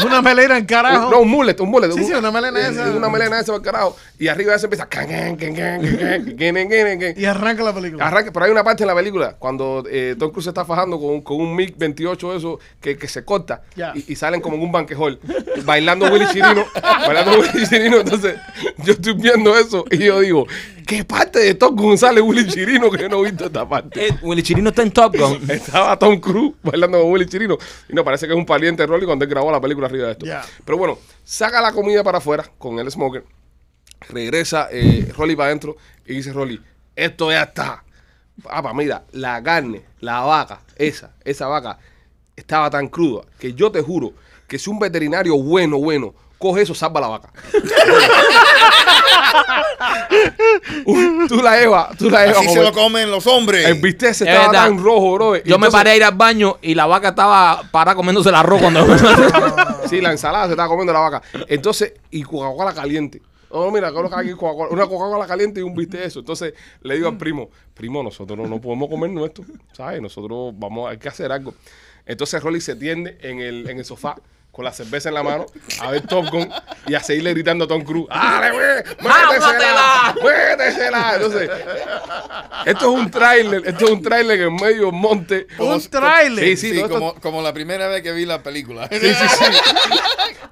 S3: Una melera en
S1: Un- eh,
S3: carajo.
S1: No, un mullet, un mullet.
S3: Ah, Sí,
S1: un-
S3: sí, una melena
S1: eh,
S3: esa.
S1: Una melena esa, por carajo. Y arriba de eso empieza. can, can, can, can, can, can, can, can, can.
S3: Y arranca la película.
S1: Arranca, pero hay una parte en la película cuando eh, Tom Cruise se está fajando con, con un MiG 28 eso que, que se corta
S3: Ya.
S1: y, y salen como en un banquejol bailando Willy Chirino, bailando Willy Chirino. Entonces yo estoy viendo eso y yo digo, ¿qué parte de Tom González Willy Chirino que yo no he visto esta parte?
S2: Eh, Willy Chirino está en Top Gun.
S1: Estaba Tom Cruise bailando con Willy Chirino. Y no, parece que es un paliente de Rolly cuando él grabó la película arriba de esto.
S3: Ya.
S1: Pero bueno, saca la comida para afuera con el smoker. Regresa eh, Rolly para adentro y dice Rolly, esto ya está. Papá, mira, la carne, la vaca, esa, esa vaca estaba tan cruda que yo te juro que si un veterinario bueno, bueno, coge eso, salva la vaca. Uy, tú la llevas, tú la llevas.
S5: Así se
S1: como-
S5: lo comen los hombres.
S1: El bistec se
S2: Es
S1: estaba
S2: verdad.
S1: tan rojo, bro.
S2: Yo me paré a ir al baño y la vaca estaba parada comiéndose el arroz cuando.
S1: Sí, la ensalada se estaba comiendo la vaca. Entonces, y Coca-Cola caliente. Oh, mira, creo que aquí hay Coca-Cola. Una Coca-Cola caliente y un bistec eso. Entonces, le digo al primo, primo, nosotros no, no podemos comernos esto, ¿sabes? Nosotros vamos, hay que hacer algo. Entonces, Rolly se tiende en el, en el sofá con la cerveza en la mano a ver Top Gun y a seguirle gritando a Tom Cruise, ¡Dale, güey! ¡Métesela!
S2: ¡Mámatela!
S1: ¡Métesela! Entonces, esto es un tráiler, esto es un tráiler en el medio del monte.
S5: Como-
S3: Un tráiler.
S1: Sí,
S5: Sí,
S1: todo esto-
S5: como, como la primera vez que vi la película.
S1: Sí, sí, sí.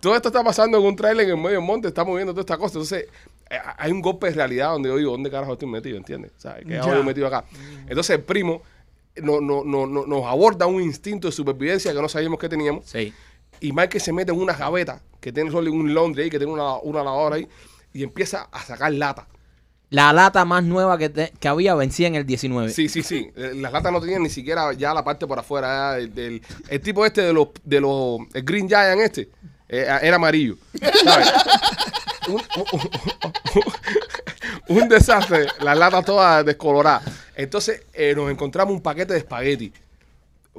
S1: Todo esto está pasando en un trailer en el medio del monte, estamos viendo toda esta cosa. Entonces, eh, hay un golpe de realidad donde yo digo, ¿dónde carajo estoy metido? ¿Entiendes? ¿Sabes? ¿Qué hago
S3: Ya.
S1: yo metido acá? Entonces, el primo no, no, no, no- nos aborda un instinto de supervivencia que no sabíamos que teníamos.
S2: sí.
S1: Y Michael se mete en una gaveta que tiene solo un laundry ahí, que tiene una, una lavadora ahí, y empieza a sacar lata.
S2: La lata más nueva que, te- que había vencía en el 19.
S1: Sí, sí, sí. Eh, Las latas no tenían ni siquiera ya la parte por afuera. ya, el, del- el tipo este de los, de los el Green Giant este eh, era amarillo. ¿sabes? un, un- un- un desastre. Las latas todas descoloradas. Entonces eh, nos encontramos un paquete de espagueti.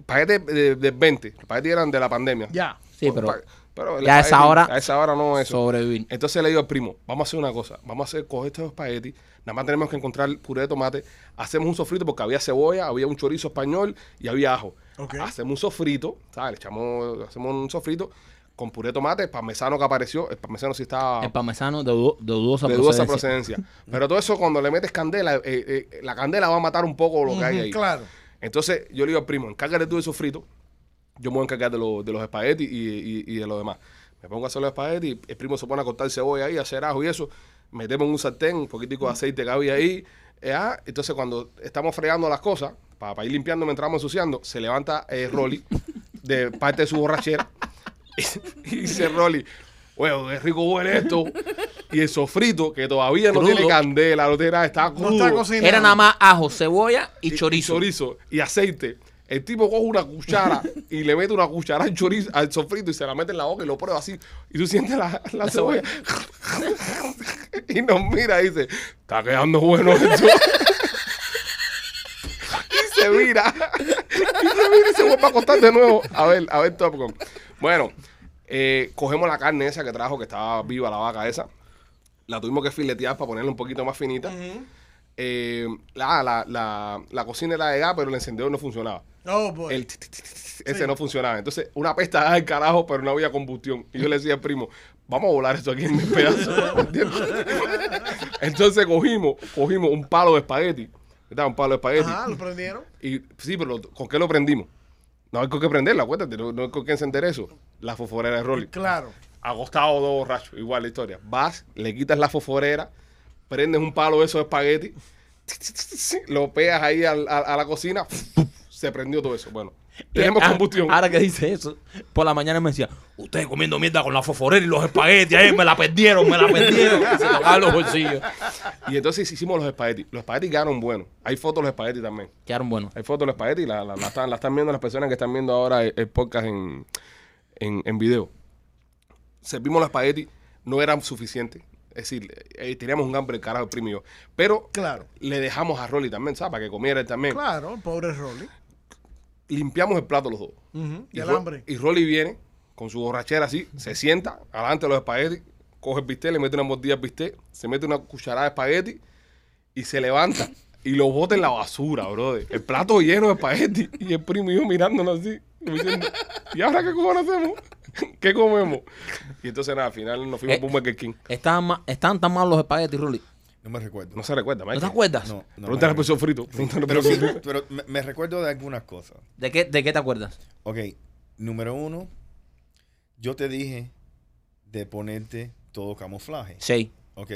S1: Paquete de, de 20. Los espagueti eran de la pandemia.
S3: Ya.
S2: Sí, pero
S1: el
S2: ya a esa
S1: espagueti,
S2: hora-
S1: A esa hora no es eso.
S2: sobrevivir.
S1: Entonces le digo al primo, vamos a hacer una cosa, vamos a hacer, coge estos espaguetis, nada más tenemos que encontrar puré de tomate, hacemos un sofrito porque había cebolla, había un chorizo español y había ajo.
S3: Ok.
S1: Hacemos un sofrito, ¿sabes? Le echamos, hacemos un sofrito con puré de tomate, el parmesano que apareció, el parmesano sí estaba
S2: El parmesano de, du- de dudosa
S1: de dudosa
S2: procedencia.
S1: procedencia. Pero todo eso cuando le metes candela, eh, eh, la candela va a matar un poco lo que hay
S3: Ujú,
S1: ahí.
S3: Claro.
S1: Entonces yo le digo al primo, encárgate tú de esos fritos. Yo me voy a encargar de, lo- de los espaguetis y, y- y de lo demás. Me pongo a hacer los espaguetis, el primo se pone a cortar cebolla ahí, a hacer ajo y eso. Metemos en un sartén un poquitico de aceite que había ahí. eh, ah, entonces cuando estamos fregando las cosas, para, ir limpiando mientras vamos ensuciando, se levanta eh, Rolly de parte de su borrachera y dice Rolly, bueno, qué rico huele esto. Y el sofrito, que todavía no
S2: Crudo.
S1: tiene candela, no tiene nada, está crudo
S3: No está cocinado.
S2: Era nada más ajo, cebolla y,
S1: y
S2: chorizo.
S1: chorizo y aceite. El tipo coge una cuchara y le mete una cuchara al chorizo, al sofrito y se la mete en la boca y lo prueba así. Y tú sientes la, la cebolla. y nos mira y dice, está quedando bueno esto. y se mira. y se mira y se vuelve a acostar de nuevo. A ver, a ver Top Gun. Bueno, eh, cogemos la carne esa que trajo, que estaba viva la vaca esa. La tuvimos que filetear para ponerla un poquito más finita. Eh, la, la, la, la cocina era de gas, pero el encendedor no funcionaba.
S3: No, pues.
S1: El tic, tic, tic, tic, tic, ese no funcionaba. Entonces, una pesta al carajo, pero no había combustión. Y yo le decía al primo, vamos a volar esto aquí en mil pedazos. ¿entiendes? Entonces cogimos, cogimos un palo de espagueti. ¿verdad? Un palo de espagueti.
S3: Ajá, lo prendieron.
S1: Y sí, pero lo- ¿con qué lo prendimos? No hay con qué prenderlo, acuérdate, no, no hay con qué encender eso. La fosforera de Rolly.
S3: Claro.
S1: Agostado dos borrachos, igual la historia. Vas, le quitas la fosforera, prendes un palo de esos espagueti, lo pegas ahí al- a, a la cocina, se prendió todo eso. Bueno, Eh, tenemos
S2: Ah,
S1: combustión.
S2: Ahora que dice eso, por la mañana me decía, ustedes comiendo mierda con la foforera y los espaguetis, ahí me la perdieron, me la perdieron. Y se tocaban los bolsillos.
S1: Y entonces hicimos los espaguetis. Los espaguetis quedaron buenos. Hay fotos de los espaguetis también.
S2: Quedaron buenos.
S1: Hay fotos de los espaguetis, la, la- la están, la están viendo las personas que están viendo ahora el, el podcast en, en, en video. Servimos los espaguetis, no eran suficientes. Es decir, eh, teníamos un hambre carajo el primo y yo. Pero
S3: Claro.
S1: le dejamos a Rolly también, ¿sabes? Para que comiera él también.
S3: Claro, el pobre Rolly.
S1: Limpiamos el plato los dos.
S3: Ujú,
S1: Y
S3: Mm. del
S1: Ro-
S3: hambre.
S1: Y Rolly viene con su borrachera así, se sienta adelante de los espaguetis, coge el bistec, le mete una mordida al bistec, se mete una cucharada de espagueti y se levanta y lo bota en la basura, brother. El plato lleno de espagueti y el primo y yo mirándonos así, como diciendo, ¿y ahora qué cojones hacemos? ¿Qué comemos? Y entonces nada, al final nos fuimos
S2: Eh.
S1: por un Burger King.
S2: Estaban, ma- estaban tan mal los espaguetis, Rolly.
S5: No me recuerdo.
S1: No se recuerda,
S2: ¿No
S1: Michael.
S2: te acuerdas?
S5: No, no
S1: Pregúntale
S5: me
S1: por
S5: recuerdo.
S1: sofrito. Pregúntale
S5: Pero
S1: por
S5: sí,
S1: sofrito.
S5: pero me, me recuerdo de algunas cosas.
S2: ¿De qué, ¿De qué te acuerdas?
S5: Ok, número uno, yo te dije de ponerte todo camuflaje,
S2: Sí.
S5: ok,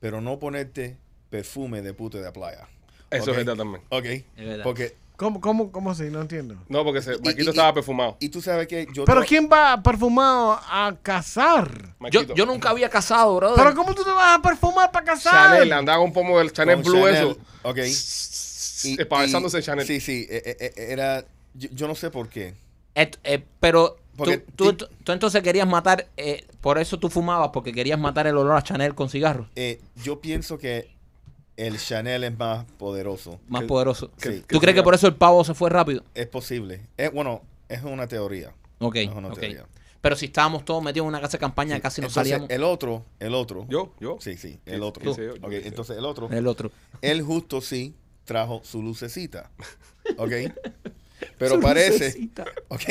S5: pero no ponerte perfume de puto de playa.
S1: Eso
S5: Ok.
S1: es verdad también.
S5: Ok,
S2: Es verdad.
S5: porque,
S3: ¿Cómo, cómo, cómo así? No entiendo.
S1: No, porque se, Marquito
S5: y-
S1: estaba perfumado.
S5: y tú sabes que yo...
S3: Pero
S5: to-
S3: ¿quién va perfumado a cazar?
S2: Yo,
S1: Marquito.
S2: yo nunca había casado, brother.
S3: ¿Pero cómo tú te vas a perfumar para cazar?
S1: Chanel, andaba un pomo del Chanel
S5: con
S1: Blue
S5: Chanel,
S1: eso.
S5: Ok, Y-
S1: Espavesándose
S5: y-
S1: en Chanel.
S5: Sí, sí. e- e- e- Era. Yo, yo no sé por qué.
S2: Et- eh, pero tú,
S5: Porque
S2: tú-
S5: ti-
S2: tú entonces querías matar, eh, por eso tú fumabas, porque querías matar el olor a Chanel con cigarros.
S5: Eh, yo pienso que el Chanel es más poderoso.
S2: Más
S1: Que-
S2: poderoso.
S5: que-
S2: ¿Tú crees que por eso el pavo se fue rápido?
S5: Es posible. Es, bueno, es una teoría.
S2: Ok,
S5: Es una
S2: ok.
S5: teoría.
S2: Pero si estábamos todos metidos en una casa de campaña, casi no
S5: Entonces,
S2: salíamos.
S5: El otro, el otro.
S1: Yo, yo.
S5: Sí, sí,
S1: Sí,
S5: el otro.
S1: sí, sí, yo- yo
S5: Ok,
S1: hice.
S5: entonces el otro.
S2: El otro.
S5: Él justo sí trajo su lucecita. ¿Ok? Pero parece.
S2: Lucecita.
S5: Ok,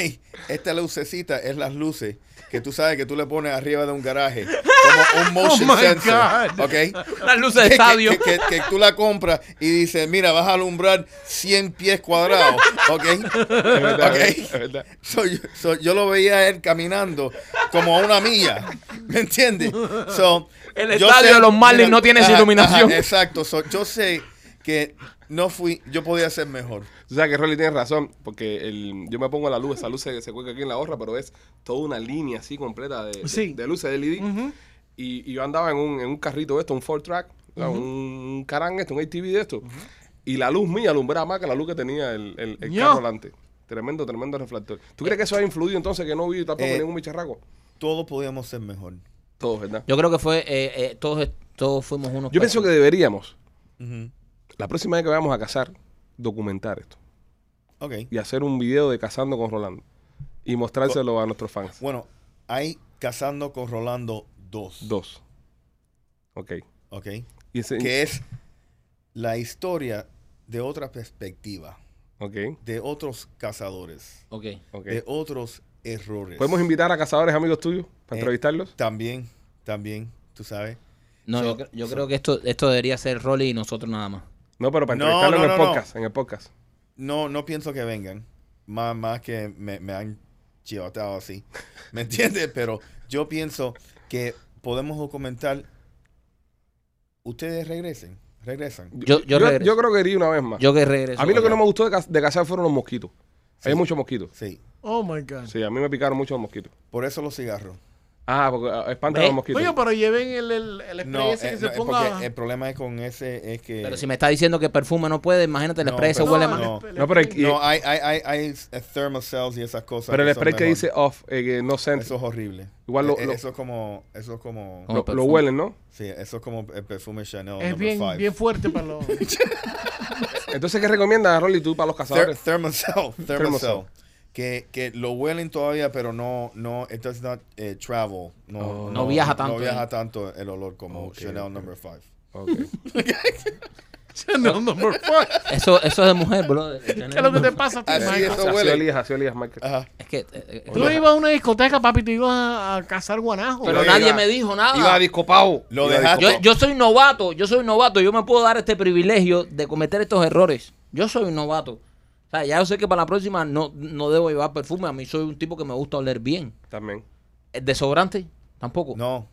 S5: esta lucecita es las luces que tú sabes que tú le pones arriba de un garaje. Como un motion
S3: Oh my
S5: sensor.
S3: God.
S5: ¿Ok?
S2: Las luces de
S5: que-
S2: estadio.
S5: Que, que- que tú la compras y dices, mira, vas a alumbrar 100 pies cuadrados, ¿ok?
S1: Es verdad,
S5: Ok.
S1: es verdad.
S5: So, yo- so, yo lo veía a él caminando como a una milla, ¿me entiendes? So,
S2: El
S5: yo
S2: estadio de los Marlins no tiene esa
S5: ajá,
S2: iluminación.
S5: ajá, exacto, So, yo sé que no fui, yo podía ser mejor.
S1: Tú sabes que Rolly tiene razón, porque el, yo me pongo la luz, esa luz se, se cuelga aquí en la gorra, pero es toda una línea así completa de, de-
S3: Sí.
S1: de luces de E LED. y, y yo andaba en un, en un carrito de esto, un Ford Track, o sea, un carán esto, un ATV de esto. Y la luz mía alumbraba más que la luz que tenía el, el, el
S3: Ño.
S1: carro delante. Tremendo, tremendo reflector. ¿Tú crees que eso ha influido entonces que no vi tampoco
S5: Eh.
S1: ningún bicharraco?
S5: Todos podíamos ser mejor.
S1: Todo, ¿verdad?
S2: Yo creo que fue, eh, eh, todos, todos fuimos unos.
S1: Yo pienso que
S5: pues,
S1: deberíamos,
S5: Ujú.
S1: la próxima vez que vayamos a cazar, documentar esto.
S5: Ok.
S1: Y hacer un video de Cazando con Rolando. Y mostrárselo a nuestros fans.
S5: Bueno, hay Cazando con Rolando 2.
S1: Dos. Ok.
S5: Ok.
S1: Y ese,
S5: Que es la historia de otra perspectiva,
S1: Ok,
S5: de otros cazadores.
S2: Ok.
S1: ok.
S5: de otros errores.
S1: ¿Podemos invitar a cazadores amigos tuyos para
S5: Eh,
S1: entrevistarlos?
S5: También, también, tú sabes.
S2: No,
S5: So-
S2: yo, cre- yo creo que esto, esto debería ser Rolly y nosotros nada más.
S1: No, pero para
S5: no,
S1: entrevistarlos
S5: no,
S1: en el
S5: no, no.
S1: podcast. En el podcast.
S5: No, no pienso que vengan. Más, más que me, me han chivatado así. ¿Me entiendes? Pero yo pienso que podemos documentar. Ustedes regresen, regresan.
S2: Yo, yo, regreso.
S1: yo creo que iría una vez
S5: Ah.
S1: más.
S2: Yo que regreso.
S1: a mí lo que no
S2: Ok.
S1: me gustó de, caz- de cazar fueron los mosquitos. Hay
S5: Sí.
S1: muchos mosquitos.
S5: Sí.
S3: Oh my God.
S1: Sí, a mí me picaron muchos mosquitos.
S5: Por eso los cigarros.
S1: Ah, porque ah, espantan
S2: Ve,
S1: los mosquitos.
S3: Oye, pero lleven el, el, el spray
S5: No,
S3: ese
S5: eh,
S3: que
S5: no,
S3: se
S5: es
S3: ponga.
S5: porque el problema es con ese es que.
S2: Pero si me está diciendo que perfume no puede, imagínate, el
S5: No,
S2: spray se
S5: pero-
S2: huele
S5: no,
S2: más.
S5: no.
S1: No, pero el-
S5: No, hay, hay, hay, hay eh, thermocells y esas cosas.
S1: pero el
S5: que son
S1: spray que
S5: mejor.
S1: dice off, eh, que no scent,
S5: Eso es horrible.
S1: Igual lo-
S5: Eh, eh,
S1: lo-
S5: eso es como. Eso es como.
S1: lo,
S2: Como
S1: lo
S2: perfume.
S1: huelen, ¿no?
S5: Sí, eso es como el perfume Chanel.
S3: es
S5: number
S3: bien,
S5: five.
S3: bien fuerte para los.
S1: Entonces, ¿qué recomiendas, Rolly, tú para los
S5: Ther-
S1: cazadores?
S5: thermocell. Thermocell.
S1: Thermocell.
S5: Que, que lo huelen todavía, pero no, no, it does not eh, travel. No,
S1: Oh.
S2: No viaja tanto,
S5: No
S2: eh.
S5: viaja tanto el olor como
S1: Ok,
S5: Chanel
S1: ok.
S5: number 5.
S1: Ok.
S3: no, no, por favor.
S2: Eso, eso es de mujer, bro. ¿Qué
S3: ¿Qué es lo que te pasa, tío,
S5: Así
S3: Michael?
S5: es.
S1: O sea, Así
S5: huele.
S1: olías, así olías, Michael.
S5: Ajá.
S2: Es que. eh, eh,
S3: Tú ibas a una discoteca, papi, tú ibas a, a cazar guanajo.
S2: pero
S5: Oye,
S2: nadie
S5: iba-
S2: me dijo
S1: Iba a
S2: nada.
S1: discopado.
S5: Ah, Lo
S1: Iba a
S5: dejaste.
S2: Yo, yo soy novato, yo soy novato. Yo me puedo dar este privilegio de cometer estos errores. Yo soy un novato. O sea, ya yo sé que para la próxima no, no debo llevar perfume. A mí soy un tipo que me gusta oler bien.
S1: discopado. También.
S2: ¿El desodorante? eh, Tampoco.
S5: No.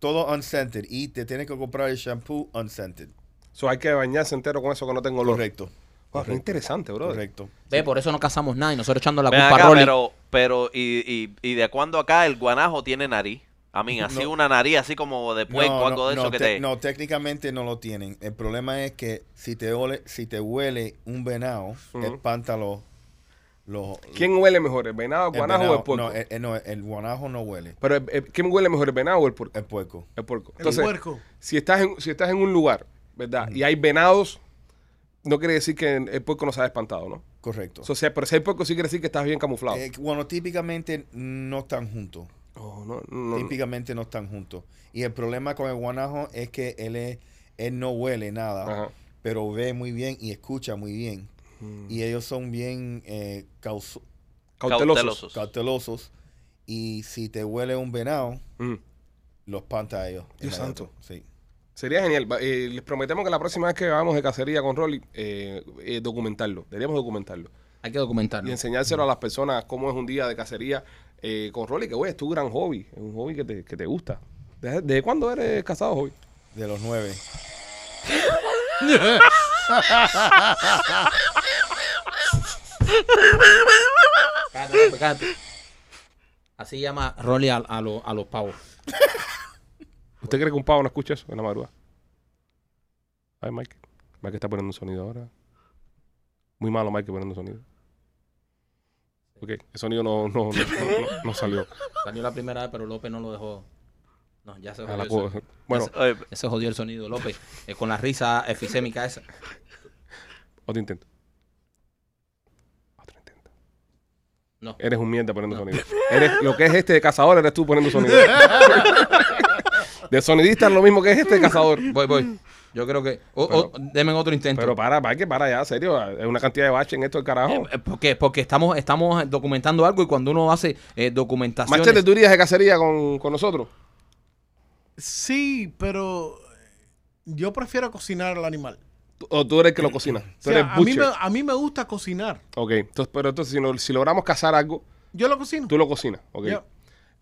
S5: Todo unscented. Y te tienes que comprar el shampoo unscented.
S1: So, hay que bañarse entero con eso que no tengo olor.
S5: Correcto.
S1: Wow, qué interesante, bro.
S5: Correcto.
S2: Ve, por eso no casamos nada y nosotros echando la
S4: Ven
S2: culpa
S4: acá,
S2: a Rolly.
S4: pero, pero ¿y, y, y de cuándo acá el guanajo tiene nariz? A mí, así
S5: No.
S4: una nariz, así como de puerco, algo de eso que
S5: te-
S4: te...
S5: no, técnicamente no lo tienen. El problema es que si te, ole, si te huele un venado,
S1: Ujú.
S5: espántalo. Los,
S1: ¿Quién huele mejor, el venado, el
S5: el
S1: guanajo o
S5: venado-
S1: el puerco?
S5: No, eh. el, el- no, el guanajo no huele.
S1: Pero, el- el- ¿quién huele mejor, el venado o el puerco?
S5: El puerco.
S1: El puerco.
S3: el puerco.
S1: si estás en, si estás en un lugar, ¿verdad? Y hay venados, no quiere decir que el puerco no se haya espantado, ¿no?
S5: Correcto.
S1: O sea, pero si hay puerco sí quiere decir que estás bien camuflado.
S5: Eh, bueno, típicamente no están juntos.
S1: Oh, no, no, no.
S5: Típicamente no están juntos. Y el problema con el guanajo es que él, es, él no huele nada,
S1: Ajá. Mm.
S5: pero ve muy bien y escucha muy bien. Y ellos son bien eh, caus-
S1: Cautelosos.
S4: Cautelosos.
S5: cautelosos. Y si te huele un venado,
S1: Mm.
S5: los panta a ellos.
S1: Dios santo.
S5: inmediato. Sí.
S1: Sería genial. Va- eh, les prometemos que la próxima vez que vamos de cacería con Rolly, eh, eh, documentarlo. Deberíamos documentarlo.
S2: Hay que documentarlo.
S1: Y enseñárselo a las personas cómo es un día de cacería eh, con Rolly, que güey, es tu gran hobby. Es un hobby que te, que te gusta. ¿Desde, desde cuándo eres casado, hobby?
S5: De los nueve.
S2: Cállate, papi, cállate. Así llama Rolly a, a lo- a los pavos.
S1: ¿Usted cree que un pavo no escucha eso en la madrugada? Ay, Mike. Mike está poniendo un sonido ahora. Muy malo, Mike, poniendo sonido. Ok, el sonido no, no, no, no- no salió.
S2: Salió la primera vez, pero López no lo dejó. No, ya se
S1: A
S2: jodió.
S1: la
S2: el
S1: co-
S2: sonido.
S1: bueno,
S4: Oye,
S2: Ya se jodió el sonido, López. Eh, con la risa efisémica esa.
S1: otro intento. Otro intento.
S2: No.
S1: Eres un mierda poniendo sonido. Eres, lo que es este de cazador, eres tú poniendo sonido. de sonidista es lo mismo que es este de cazador.
S2: Voy, voy. Yo creo que. o- o- deme otro
S1: Mm.
S2: intento.
S1: Pero para, Mike, para ya, serio. Hay una cantidad de baches en esto del carajo.
S2: Eh, porque porque estamos, estamos documentando algo y cuando uno hace eh, documentaciones.
S1: Machete, tú irías de cacería con, con nosotros.
S3: Sí, pero yo prefiero cocinar al animal.
S1: Tú- O tú eres el que lo cocina. Tú
S3: O sea,
S1: eres
S3: a, mí
S1: butcher.
S3: me, a mí me gusta cocinar.
S1: Ok, entonces, pero entonces si, no- si logramos cazar algo,
S3: Yo lo cocino.
S1: tú lo cocinas. Ok.
S3: Ya.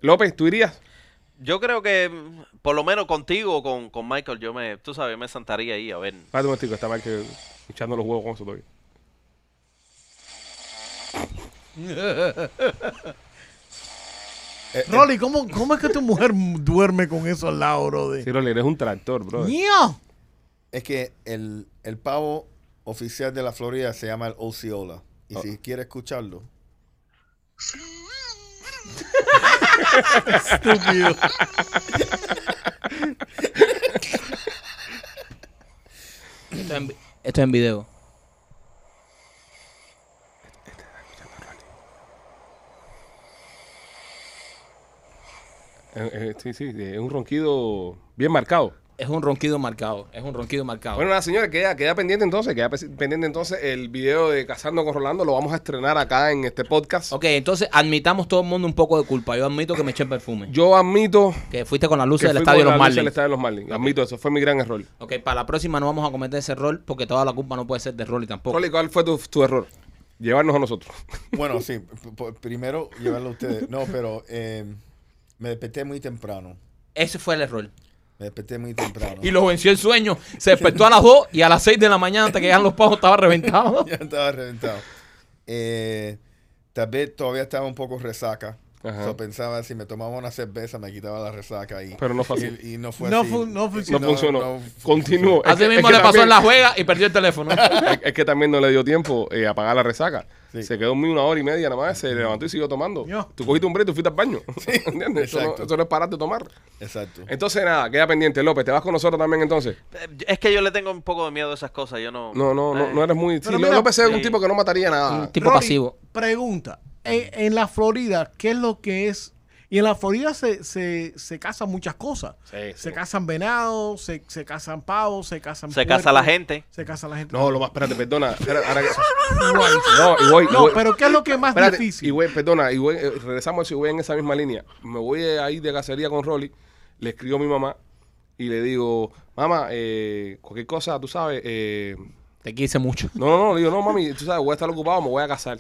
S1: López, ¿tú irías?
S4: yo creo que mm, por lo menos contigo o con, con Michael, yo me, tú sabes, yo me sentaría ahí a ver.
S1: Espérate un momentico, está mal que echando los huevos con eso todavía.
S5: Eh,
S3: Rolly, ¿cómo, ¿cómo es que tu mujer duerme con eso al lado, brother?
S1: Sí, Rolly, eres un tractor, bro.
S3: ¡Mío!
S5: Es que el, el pavo oficial de la Florida se llama el Osceola.
S1: Oh.
S5: Y si quiere escucharlo,
S3: Estúpido.
S2: Esto es en, vi- esto es en video.
S1: Eh, eh, sí, sí, es un ronquido bien marcado.
S2: Es un ronquido marcado. Es un ronquido marcado.
S1: Bueno, nada, señora, queda, queda pendiente entonces, queda pe- pendiente entonces el video de Cazando con Rolando, lo vamos a estrenar acá en este podcast.
S2: Ok, entonces admitamos todo el mundo un poco de culpa. Yo admito que me eché perfume.
S1: Yo admito
S2: que fuiste con las luces
S1: que
S2: del
S1: fui
S2: estadio de
S1: con
S2: los
S1: la lucha del
S2: Marlins.
S1: estadio de los Marlins. Admito eso, fue mi gran error.
S2: Ok, para la próxima no vamos a cometer ese error porque toda la culpa no puede ser de Rolly tampoco.
S1: Rolly, ¿cuál fue tu, tu error? Llevarnos a nosotros.
S5: Bueno, sí, p- p- primero llevarlo a ustedes. No, pero eh, me desperté muy temprano.
S2: Ese fue el error.
S5: Me desperté muy temprano.
S2: Y lo venció el sueño. Se despertó a las 2 y a las 6 de la mañana hasta que llegan los pajos estaba reventado.
S5: ya estaba reventado. Eh, tal vez todavía estaba un poco resaca.
S1: Ajá.
S5: So, pensaba si me tomaba una cerveza me quitaba la resaca y,
S1: Pero no fue así.
S5: y, y no fue
S3: No
S5: así.
S3: fu- no funcionó.
S1: No funcionó.
S5: no fu-
S1: Continuó. Es
S2: Así
S1: que-
S2: mismo
S1: es que
S2: le pasó
S1: también-
S2: en la juega y perdió el teléfono.
S1: es, es que también no le dio tiempo eh, a pagar la resaca.
S5: Sí.
S1: Se quedó muy una hora y media nada más, se levantó y siguió tomando.
S3: Yo.
S1: Tú cogiste un break y tú fuiste al baño. ¿Entiendes? Eso no,
S5: exacto.
S1: eso no es parar de tomar.
S5: Exacto.
S1: Entonces, nada, queda pendiente. López, ¿te vas con nosotros también entonces?
S4: Eh, Es que yo le tengo un poco de miedo a esas cosas, yo no...
S1: No, no, no,
S4: eh,
S1: no eres muy... Sí,
S3: Pero mira,
S1: López es un
S4: sí.
S1: tipo que no mataría nada.
S2: Un tipo
S3: Rolly,
S2: pasivo.
S3: Pregunta. En, en la Florida, ¿qué es lo que es? Y en la Florida se, se, se casan muchas cosas.
S1: Sí,
S3: Se
S1: sí.
S3: casan venados, se, se casan pavos, se casan
S4: Se casa la
S3: puercos,
S4: gente.
S3: Se casa la gente.
S1: No, lo más... Espérate, perdona. Espera, ahora que- No, y voy... y
S3: No,
S1: voy-
S3: pero ¿qué es lo que es más
S1: Espérate,
S3: difícil?
S1: Y voy, perdona, y voy, eh, regresamos si voy en esa misma línea. Me voy eh, ahí de cacería con Rolly, le escribo a mi mamá y le digo, mamá, eh, cualquier cosa, tú sabes, eh,
S2: Te quise mucho.
S1: no, no, no, le digo, no, mami, tú sabes, voy a estar ocupado, me voy a casar.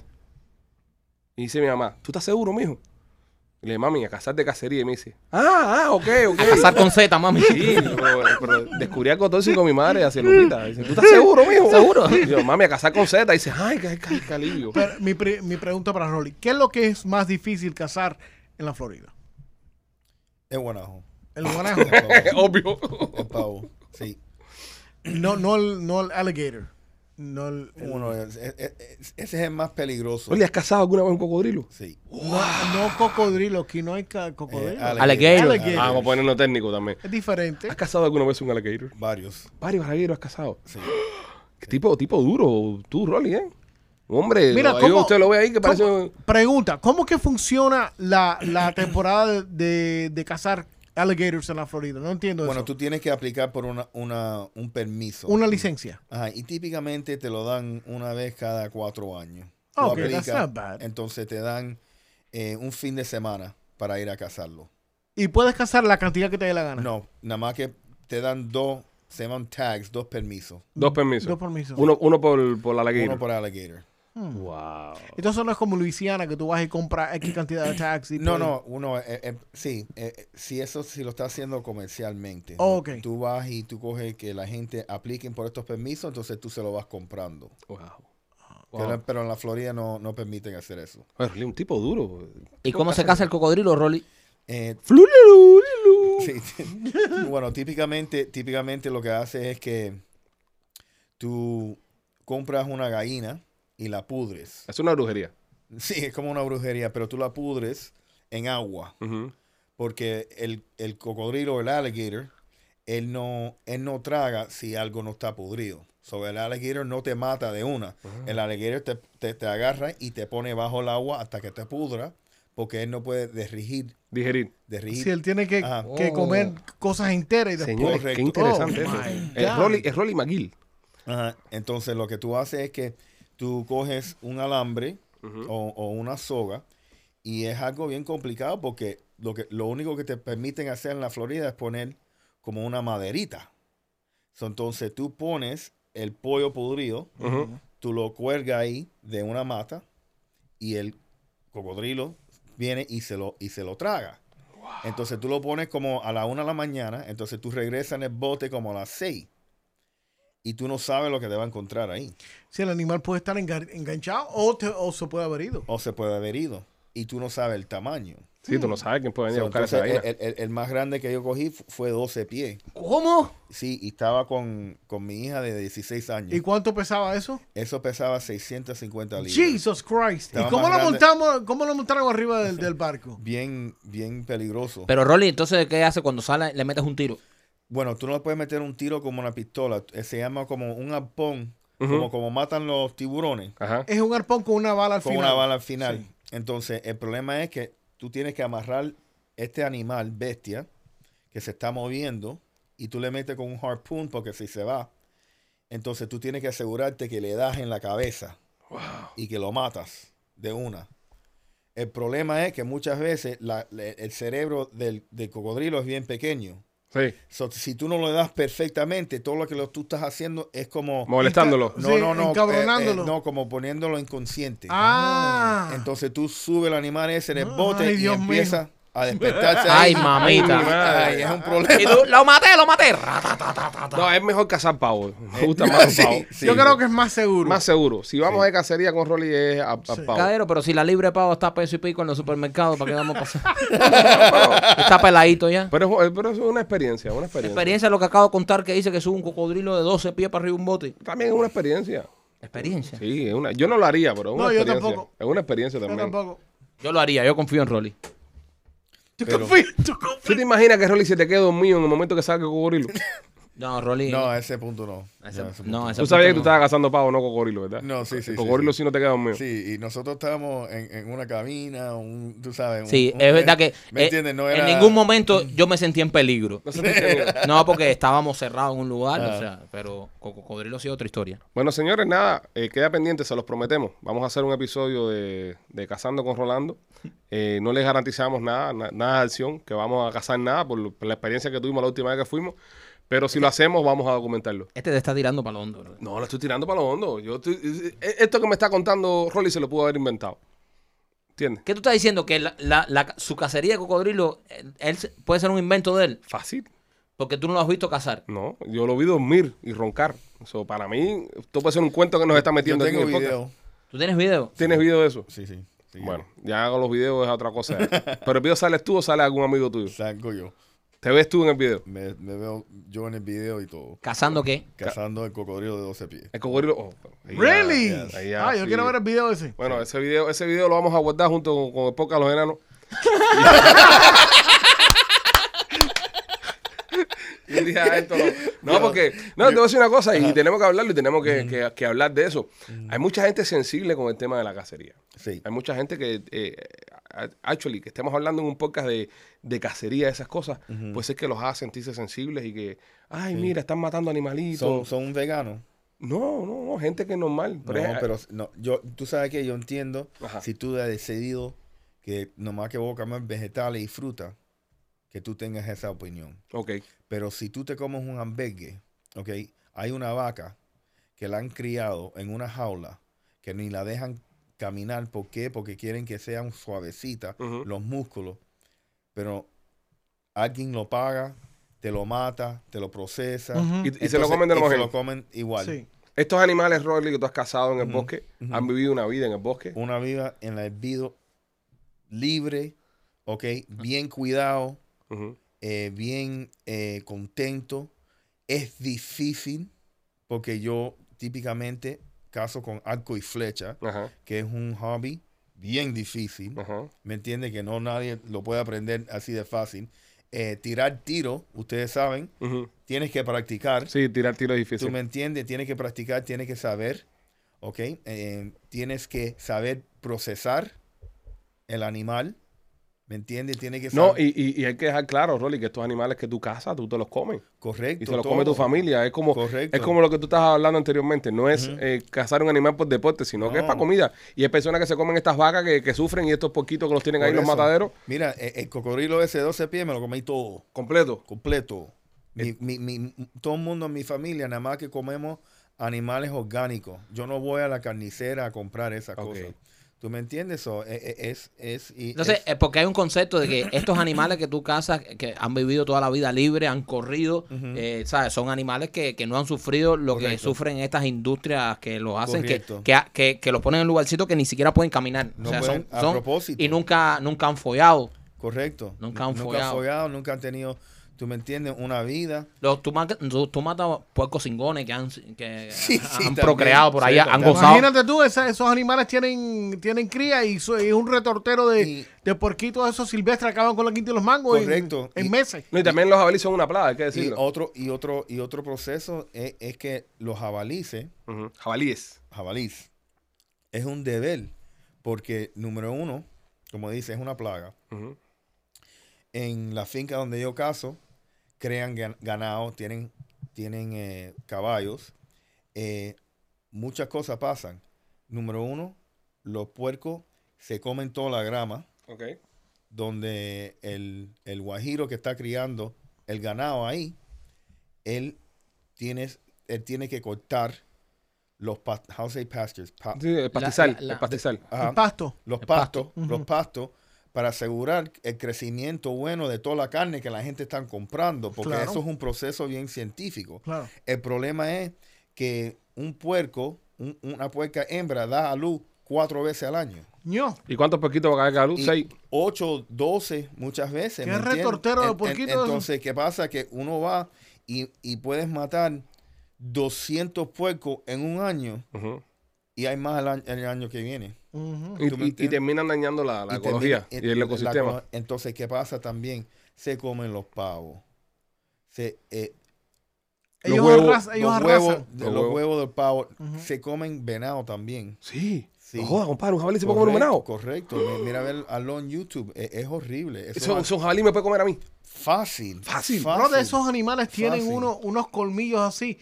S1: Y dice mi mamá, ¿tú estás seguro, mijo? Y le digo, mami, a casar de cacería. Y me dice, ah, ah, ok, ok.
S2: A casar con Z, mami.
S1: Sí, pero, pero descubrí algo tóxico con mi madre hacia Lupita. Dice, ¿tú estás seguro, mijo?
S2: Seguro.
S1: Y yo, mami, a casar con Z. Dice, ay, qué, qué, qué alivio.
S3: Pero mi, pre- mi pregunta para Rolly, ¿qué es lo que es más difícil cazar en la Florida?
S5: Es guanajo.
S3: El guanajo.
S5: El pavo.
S1: Obvio.
S5: El pavo. Sí.
S3: no, no, el, no el alligator. No el, el-
S5: Uno, es- es- es- ese es el más peligroso.
S1: Rolly, ¿has casado alguna vez un cocodrilo?
S5: Sí.
S3: no, no cocodrilo, aquí no hay ca- cocodrilo.
S5: Eh,
S2: Alligator.
S3: Alligator.
S1: Ah, vamos a ponernos técnico también.
S3: es diferente.
S1: ¿Has casado alguna vez un alligator?
S5: Varios.
S1: Varios alligators has casado.
S5: Sí.
S1: Tipo, tipo duro, tú, Rolly, ¿eh? Hombre,
S3: Mira,
S1: ahí
S3: ¿cómo-
S1: usted lo ve ahí que parece...
S3: ¿Cómo-
S1: un-
S3: Pregunta, ¿cómo que funciona la, la temporada de, de cazar alligators en la Florida? No entiendo
S5: Bueno,
S3: eso.
S5: tú tienes que aplicar por una, una, un permiso.
S3: Una licencia.
S5: Ajá, y típicamente te lo dan una vez cada cuatro años. Tú
S3: Ok, that's not bad.
S5: Entonces te dan eh, un fin de semana para ir a cazarlo.
S3: Y puedes cazar la cantidad que te dé la gana.
S5: No, nada más que te dan dos, se llaman tags, dos permisos.
S1: Dos permisos.
S3: Dos permisos. Hmm.
S1: Uno, uno por, por la alligator.
S5: Uno por alligator.
S1: Wow.
S3: Entonces no es como Luisiana que tú vas y compras X cantidad de pues, taxis.
S5: No, no, uno, eh, eh, sí, eh, eh, si eso si lo está haciendo comercialmente.
S3: Oh, ok.
S5: Tú vas y tú coges que la gente apliquen por estos permisos, entonces tú se lo vas comprando.
S1: wow.
S5: Pero, pero en la Florida no, no permiten hacer eso.
S1: Ay, Rolly, un tipo duro.
S2: ¿Y cómo se casa el cocodrilo, Rolly?
S5: Eh,
S1: Flulululu.
S5: Sí, sí. bueno, típicamente, típicamente lo que hace es que tú compras una gallina y la pudres.
S1: Es una brujería.
S5: Sí, es como una brujería, pero tú la pudres en agua.
S1: Ujú.
S5: Porque el, el cocodrilo, el alligator, él no, él no traga si algo no está pudrido. So, el alligator no te mata de una.
S3: Ah.
S5: El alligator te, te- te agarra y te pone bajo el agua hasta que te pudra, porque él no puede derrigir.
S1: Digerir.
S5: derrigir.
S3: Si él tiene que,
S5: Ajá.
S3: que
S2: Oh.
S3: comer cosas enteras y después.
S1: Señores,
S5: Correcto.
S1: qué interesante
S3: Oh,
S1: eso.
S3: my
S1: Es
S3: God.
S1: Rolly, es Rolly McGill.
S5: Ajá. Entonces lo que tú haces es que tú coges un alambre o, o una soga y es algo bien complicado porque lo, que, lo único que te permiten hacer en la Florida es poner como una maderita. So, entonces tú pones el pollo podrido,
S1: Ujú.
S5: tú lo cuelgas ahí de una mata y el cocodrilo viene y se lo, y se lo traga. Entonces tú lo pones como a la una de la mañana, entonces tú regresas en el bote como a las seis y tú no sabes lo que te va a encontrar ahí.
S3: Si el animal puede estar engan- enganchado o, te- o se puede haber ido.
S5: O se puede haber ido y tú no sabes el tamaño.
S1: Sí, tú no sabes quién puede venir
S5: So,
S1: a buscar esa
S5: entonces, eh,
S1: vaina.
S5: el, el- el más grande que yo cogí fu- fue 12 pies.
S2: ¿Cómo?
S5: Sí, y estaba con, con mi hija de 16 años.
S3: ¿Y cuánto pesaba eso?
S5: Eso pesaba 650 libras.
S3: Jesus Christ.
S5: Estaba
S3: ¿Y cómo
S5: más
S3: lo,
S5: grande.
S3: montamos, cómo lo montaron arriba del, del barco?
S5: Bien, bien peligroso.
S2: Pero Rolly, entonces, ¿qué hace cuando sale? Le metes un tiro.
S5: Bueno, tú no le puedes meter un tiro como una pistola. Eh, Se llama como un arpón,
S1: Ujú.
S5: como, como matan los tiburones,
S1: Ajá.
S3: Es un arpón con una bala al
S5: con
S3: final.
S5: una bala al final. Entonces, el problema es que tú tienes que amarrar este animal, bestia, que se está moviendo, y tú le metes con un harpoon porque si se va, entonces tú tienes que asegurarte que le das en la cabeza y que lo matas de una. El problema es que muchas veces la- le- el cerebro del, del cocodrilo es bien pequeño.
S1: Sí.
S5: So, si tú no lo das perfectamente, todo lo que lo- tú estás haciendo es como...
S1: Molestándolo.
S5: No,
S3: Sí,
S5: no, no. eh, eh,
S3: encabronándolo.
S5: no, como poniéndolo inconsciente.
S3: Ah.
S5: Entonces tú subes el animal ese en el
S3: Ay,
S5: bote y
S3: Dios mío.
S5: empieza a despertarse.
S2: Ay,
S5: ahí.
S2: mamita.
S5: Ay, es un problema.
S2: Y tú, lo maté, lo maté. Ratatatatata.
S1: No, es mejor cazar pavo. Me gusta más
S5: sí,
S1: el pavo.
S5: sí.
S3: Yo creo que es más seguro.
S1: Más seguro. Si vamos a cacería con Rolly es a, a pavo.
S2: Cadero, pero si la libre pago está a peso y pico en los supermercados, ¿para qué vamos a pasar? está peladito ya.
S1: Pero, es- pero es una experiencia, una
S2: La
S1: experiencia.
S2: experiencia es lo que acabo de contar que dice que sube un cocodrilo de 12 pies para arriba de un bote.
S1: También es una experiencia.
S2: Experiencia.
S1: Sí, es una, yo no lo haría, pero es una
S3: No, yo
S1: experiencia.
S3: tampoco.
S1: Es una experiencia
S3: Yo
S1: también.
S3: tampoco.
S2: Yo lo haría, yo confío en Rolly.
S3: Tú
S5: Pero-
S3: confías, tú confías.
S1: ¿Tú te imaginas que Rolly se te quede dormido en el momento que salga cocodrilo?
S2: No, Rolly.
S5: No, a ese punto no.
S2: a ese-
S5: No, a ese punto
S2: no, a ese
S1: Tú sabías que tú
S2: punto
S1: estabas cazando pavo, no cocodrilo, ¿verdad?
S5: No, sí, sí, sí,
S1: Cocodrilo
S5: sí.
S1: sí, no te queda dormido.
S5: Sí, y nosotros estábamos en, en una cabina, un, tú sabes. un-
S2: Sí,
S5: un-
S2: es verdad que
S5: ¿Me
S2: eh,
S5: entiendes? No
S2: en
S5: era-
S2: ningún momento yo me sentí en peligro.
S1: No se te queda bien.
S2: No, porque estábamos cerrados en un lugar,
S5: Ah.
S2: o sea, pero con cocodrilo sí otra historia.
S1: Bueno, señores, nada, eh, queda pendiente, se los prometemos. Vamos a hacer un episodio de, de Cazando con Rolando. Eh, no les garantizamos nada, na- nada de acción, que vamos a cazar nada por, lo- por la experiencia que tuvimos la última vez que fuimos. Pero si lo hacemos, vamos a documentarlo.
S2: Este te está tirando para lo hondo, bro.
S1: No, lo estoy tirando para lo hondo. Yo estoy- eh, esto que me está contando Rolly se lo pudo haber inventado. ¿Entiendes?
S2: ¿Qué tú estás diciendo? Que la, la- la- su cacería de cocodrilo eh, él, se- puede ser un invento de él,
S1: Fácil.
S2: porque tú no lo has visto cazar.
S1: No, yo lo vi dormir y roncar. Eso para mí, esto puede ser un cuento que nos está
S5: Yo
S1: metiendo aquí
S5: tengo
S1: en el podcast.
S5: video.
S2: ¿Tú tienes video?
S1: ¿Tienes video de eso?
S5: Sí, sí. sí.
S1: Bueno, ya hago los videos, es otra cosa. Pero el video sales tú o sale algún amigo tuyo.
S5: Salgo yo.
S1: Te ves tú en el video.
S5: Me, me veo yo en el video y todo.
S2: ¿Cazando qué?
S5: Cazando el cocodrilo de 12 pies.
S1: El cocodrilo. oh, ahí ya,
S3: Really?
S1: ya, ahí ya,
S3: ah, yo
S1: sí.
S3: quiero ver el video
S5: Pues,
S3: ese.
S1: Bueno, ese video, ese video lo vamos a guardar junto con, con el podcast Los Enanos. Y un día esto lo- No, porque. No, te voy a decir una cosa y tenemos que hablarlo y tenemos que, que- que hablar de eso. Hay mucha gente sensible con el tema de la cacería.
S5: Sí.
S1: Hay mucha gente que, eh, actually, que estemos hablando en un podcast de, de cacería, esas cosas, pues es que los hace sentirse sensibles y que, ay, mira, están matando animalitos.
S5: Son, son un vegano.
S1: No, no, no, gente que es normal. Pero
S5: no,
S1: es-
S5: pero no, yo, tú sabes que yo entiendo
S1: Ajá.
S5: si tú has decidido que nomás que vos comas vegetales y fruta, que tú tengas esa opinión.
S1: Ok.
S5: Pero si tú te comes un hamburgues, ok, hay una vaca que la han criado en una jaula que ni la dejan caminar. ¿Por qué? Porque quieren que sean suavecitas
S1: Ujú.
S5: los músculos. Pero alguien lo paga, te lo mata, te lo procesa.
S3: Ujú.
S1: Y, Mm. y se lo comen de
S5: y
S1: los
S5: se
S1: ángeles.
S5: lo comen igual.
S3: Sí.
S1: Estos animales, Rolly, que tú has cazado en el bosque, han vivido una vida en el bosque.
S5: una vida en la hervido libre, ok, bien cuidado,
S1: Ujú.
S5: eh, bien eh, contento. Es difícil porque yo típicamente caso con arco y flecha,
S1: Ajá,
S5: que es un hobby bien difícil.
S1: ajá.
S5: ¿Me entiende? Que no nadie lo puede aprender así de fácil. Eh, tirar tiro, ustedes saben,
S1: Ujú.
S5: tienes que practicar.
S1: Sí, tirar tiro es
S5: Tú
S1: difícil.
S5: me entiendes, tienes que practicar, tienes que saber, ¿ok? Eh, tienes que saber procesar el animal, ¿me entiendes? Tienes que
S1: No,
S5: saber,
S1: y, y- y hay que dejar claro, Rolly, que estos animales que tú cazas, tú te los comes.
S5: correcto,
S1: Y se los come tu
S5: todo.
S1: familia. Es como,
S5: Correcto.
S1: es como lo que tú estabas hablando anteriormente. No es eh, cazar un animal por deporte, sino que es
S5: No.
S1: para comida. Y hay personas que se comen estas vacas que, que sufren y estos porquitos que los tienen
S5: Por
S1: ahí los
S5: eso.
S1: mataderos.
S5: Mira, eh, el, cocodrilo ese de 12 pies me lo comí todo,
S1: Completo.
S5: completo. Mi-
S1: Eh.
S5: mi- mi- todo el mundo en mi familia, nada más que comemos animales orgánicos. Yo no voy a la carnicera a comprar esas
S1: Ok.
S5: cosas. ¿Tú me entiendes? So, eh, eh, es, es, y
S2: Entonces,
S5: es-
S2: eh, porque hay un concepto de que estos animales que tú cazas, que han vivido toda la vida libre, han corrido, eh, ¿sabes? Son animales que, que no han sufrido lo que
S5: Correcto.
S2: sufren estas industrias que los hacen, que,
S5: Correcto.
S2: que, ha- que- que los ponen en lugarcito que ni siquiera pueden caminar.
S5: No
S2: o sea,
S5: pueden,
S2: son,
S5: a
S2: son-
S5: propósito.
S2: Y nunca, nunca han follado.
S5: Correcto.
S2: Nunca han
S5: Nunca
S2: follado.
S5: nunca han tenido, tú me entiendes, una vida.
S2: Los, tú, ma- tú- tú matas puercos cingones que han, que
S5: Sí, sí,
S2: han
S5: también.
S2: procreado por
S5: Sí,
S2: ahí, han
S5: también.
S2: gozado.
S3: Imagínate tú, esa- esos animales tienen, tienen cría y, so- y un retortero de,
S5: Y-
S3: de porquitos esos silvestres acaban con la quinta y los mangos en-
S5: Correcto.
S3: en,
S5: Y-
S3: meses.
S1: No, y también los jabalíes son una plaga, hay que
S5: Y
S1: decirlo.
S5: otro, y otro, y otro proceso es, es que los jabalíes,
S1: Ujú. Jabalíes.
S5: jabalís, es un deber, porque número uno, como dice, es una plaga.
S1: Ujú.
S5: En la finca donde yo caso, crean gan- ganado, tienen, tienen eh, caballos, eh, muchas cosas pasan. Número uno, los puercos se comen toda la grama.
S1: Ok.
S5: Ah. donde el, el guajiro que está criando el ganado ahí, él tiene, él tiene que cortar los pas- how say pastures, Pa-
S1: Sí, el pastizal.
S2: la- la-
S1: el pastizal.
S5: ajá,
S3: El pasto.
S5: los
S2: el
S5: pastos,
S2: pasto.
S5: los pastos para asegurar el crecimiento bueno de toda la carne que la gente está comprando, porque
S3: Claro.
S5: eso es un proceso bien científico.
S3: Claro.
S5: El problema es que un puerco, un- una puerca hembra da a luz cuatro veces al año.
S3: Ño.
S1: ¿Y cuántos porquitos va a caer cada luz?
S5: Y
S1: Seis.
S5: 8, 12 muchas veces.
S3: Qué
S5: ¿me entiendes?
S3: retortero de
S5: En- en-
S3: puerquitos.
S5: Entonces, ¿qué pasa? Que uno va y, y puedes matar 200 puercos en un año
S1: Ujú.
S5: y hay más el año, el año que viene.
S3: Ujú.
S1: Y,
S5: ¿Tú me
S1: y- y
S5: entiendes?
S1: terminan dañando la, la
S5: Y
S1: ecología
S5: termina-
S1: y el
S5: la
S1: ecosistema.
S5: colo- entonces, ¿qué pasa también? Se comen los pavos. Se, eh,
S1: Los
S3: Ellos,
S1: huevos-
S3: arras- ellos
S5: los,
S3: arrasan.
S5: huevos, de-
S1: Los
S5: los
S1: huevos.
S5: huevos del pavo
S3: Ujú.
S5: se comen venado también.
S1: sí.
S5: Sí.
S1: No joda, compadre, un jabalí se puede comer un venado.
S5: Correcto. Mi- Mira a ver a lo en YouTube. Es, es horrible. Eso
S1: Eso,
S5: va-
S1: eso un jabalí me puede comer a mí.
S5: fácil.
S1: Fácil.
S3: Bro, de esos animales tienen
S5: Fácil.
S3: uno, unos colmillos así.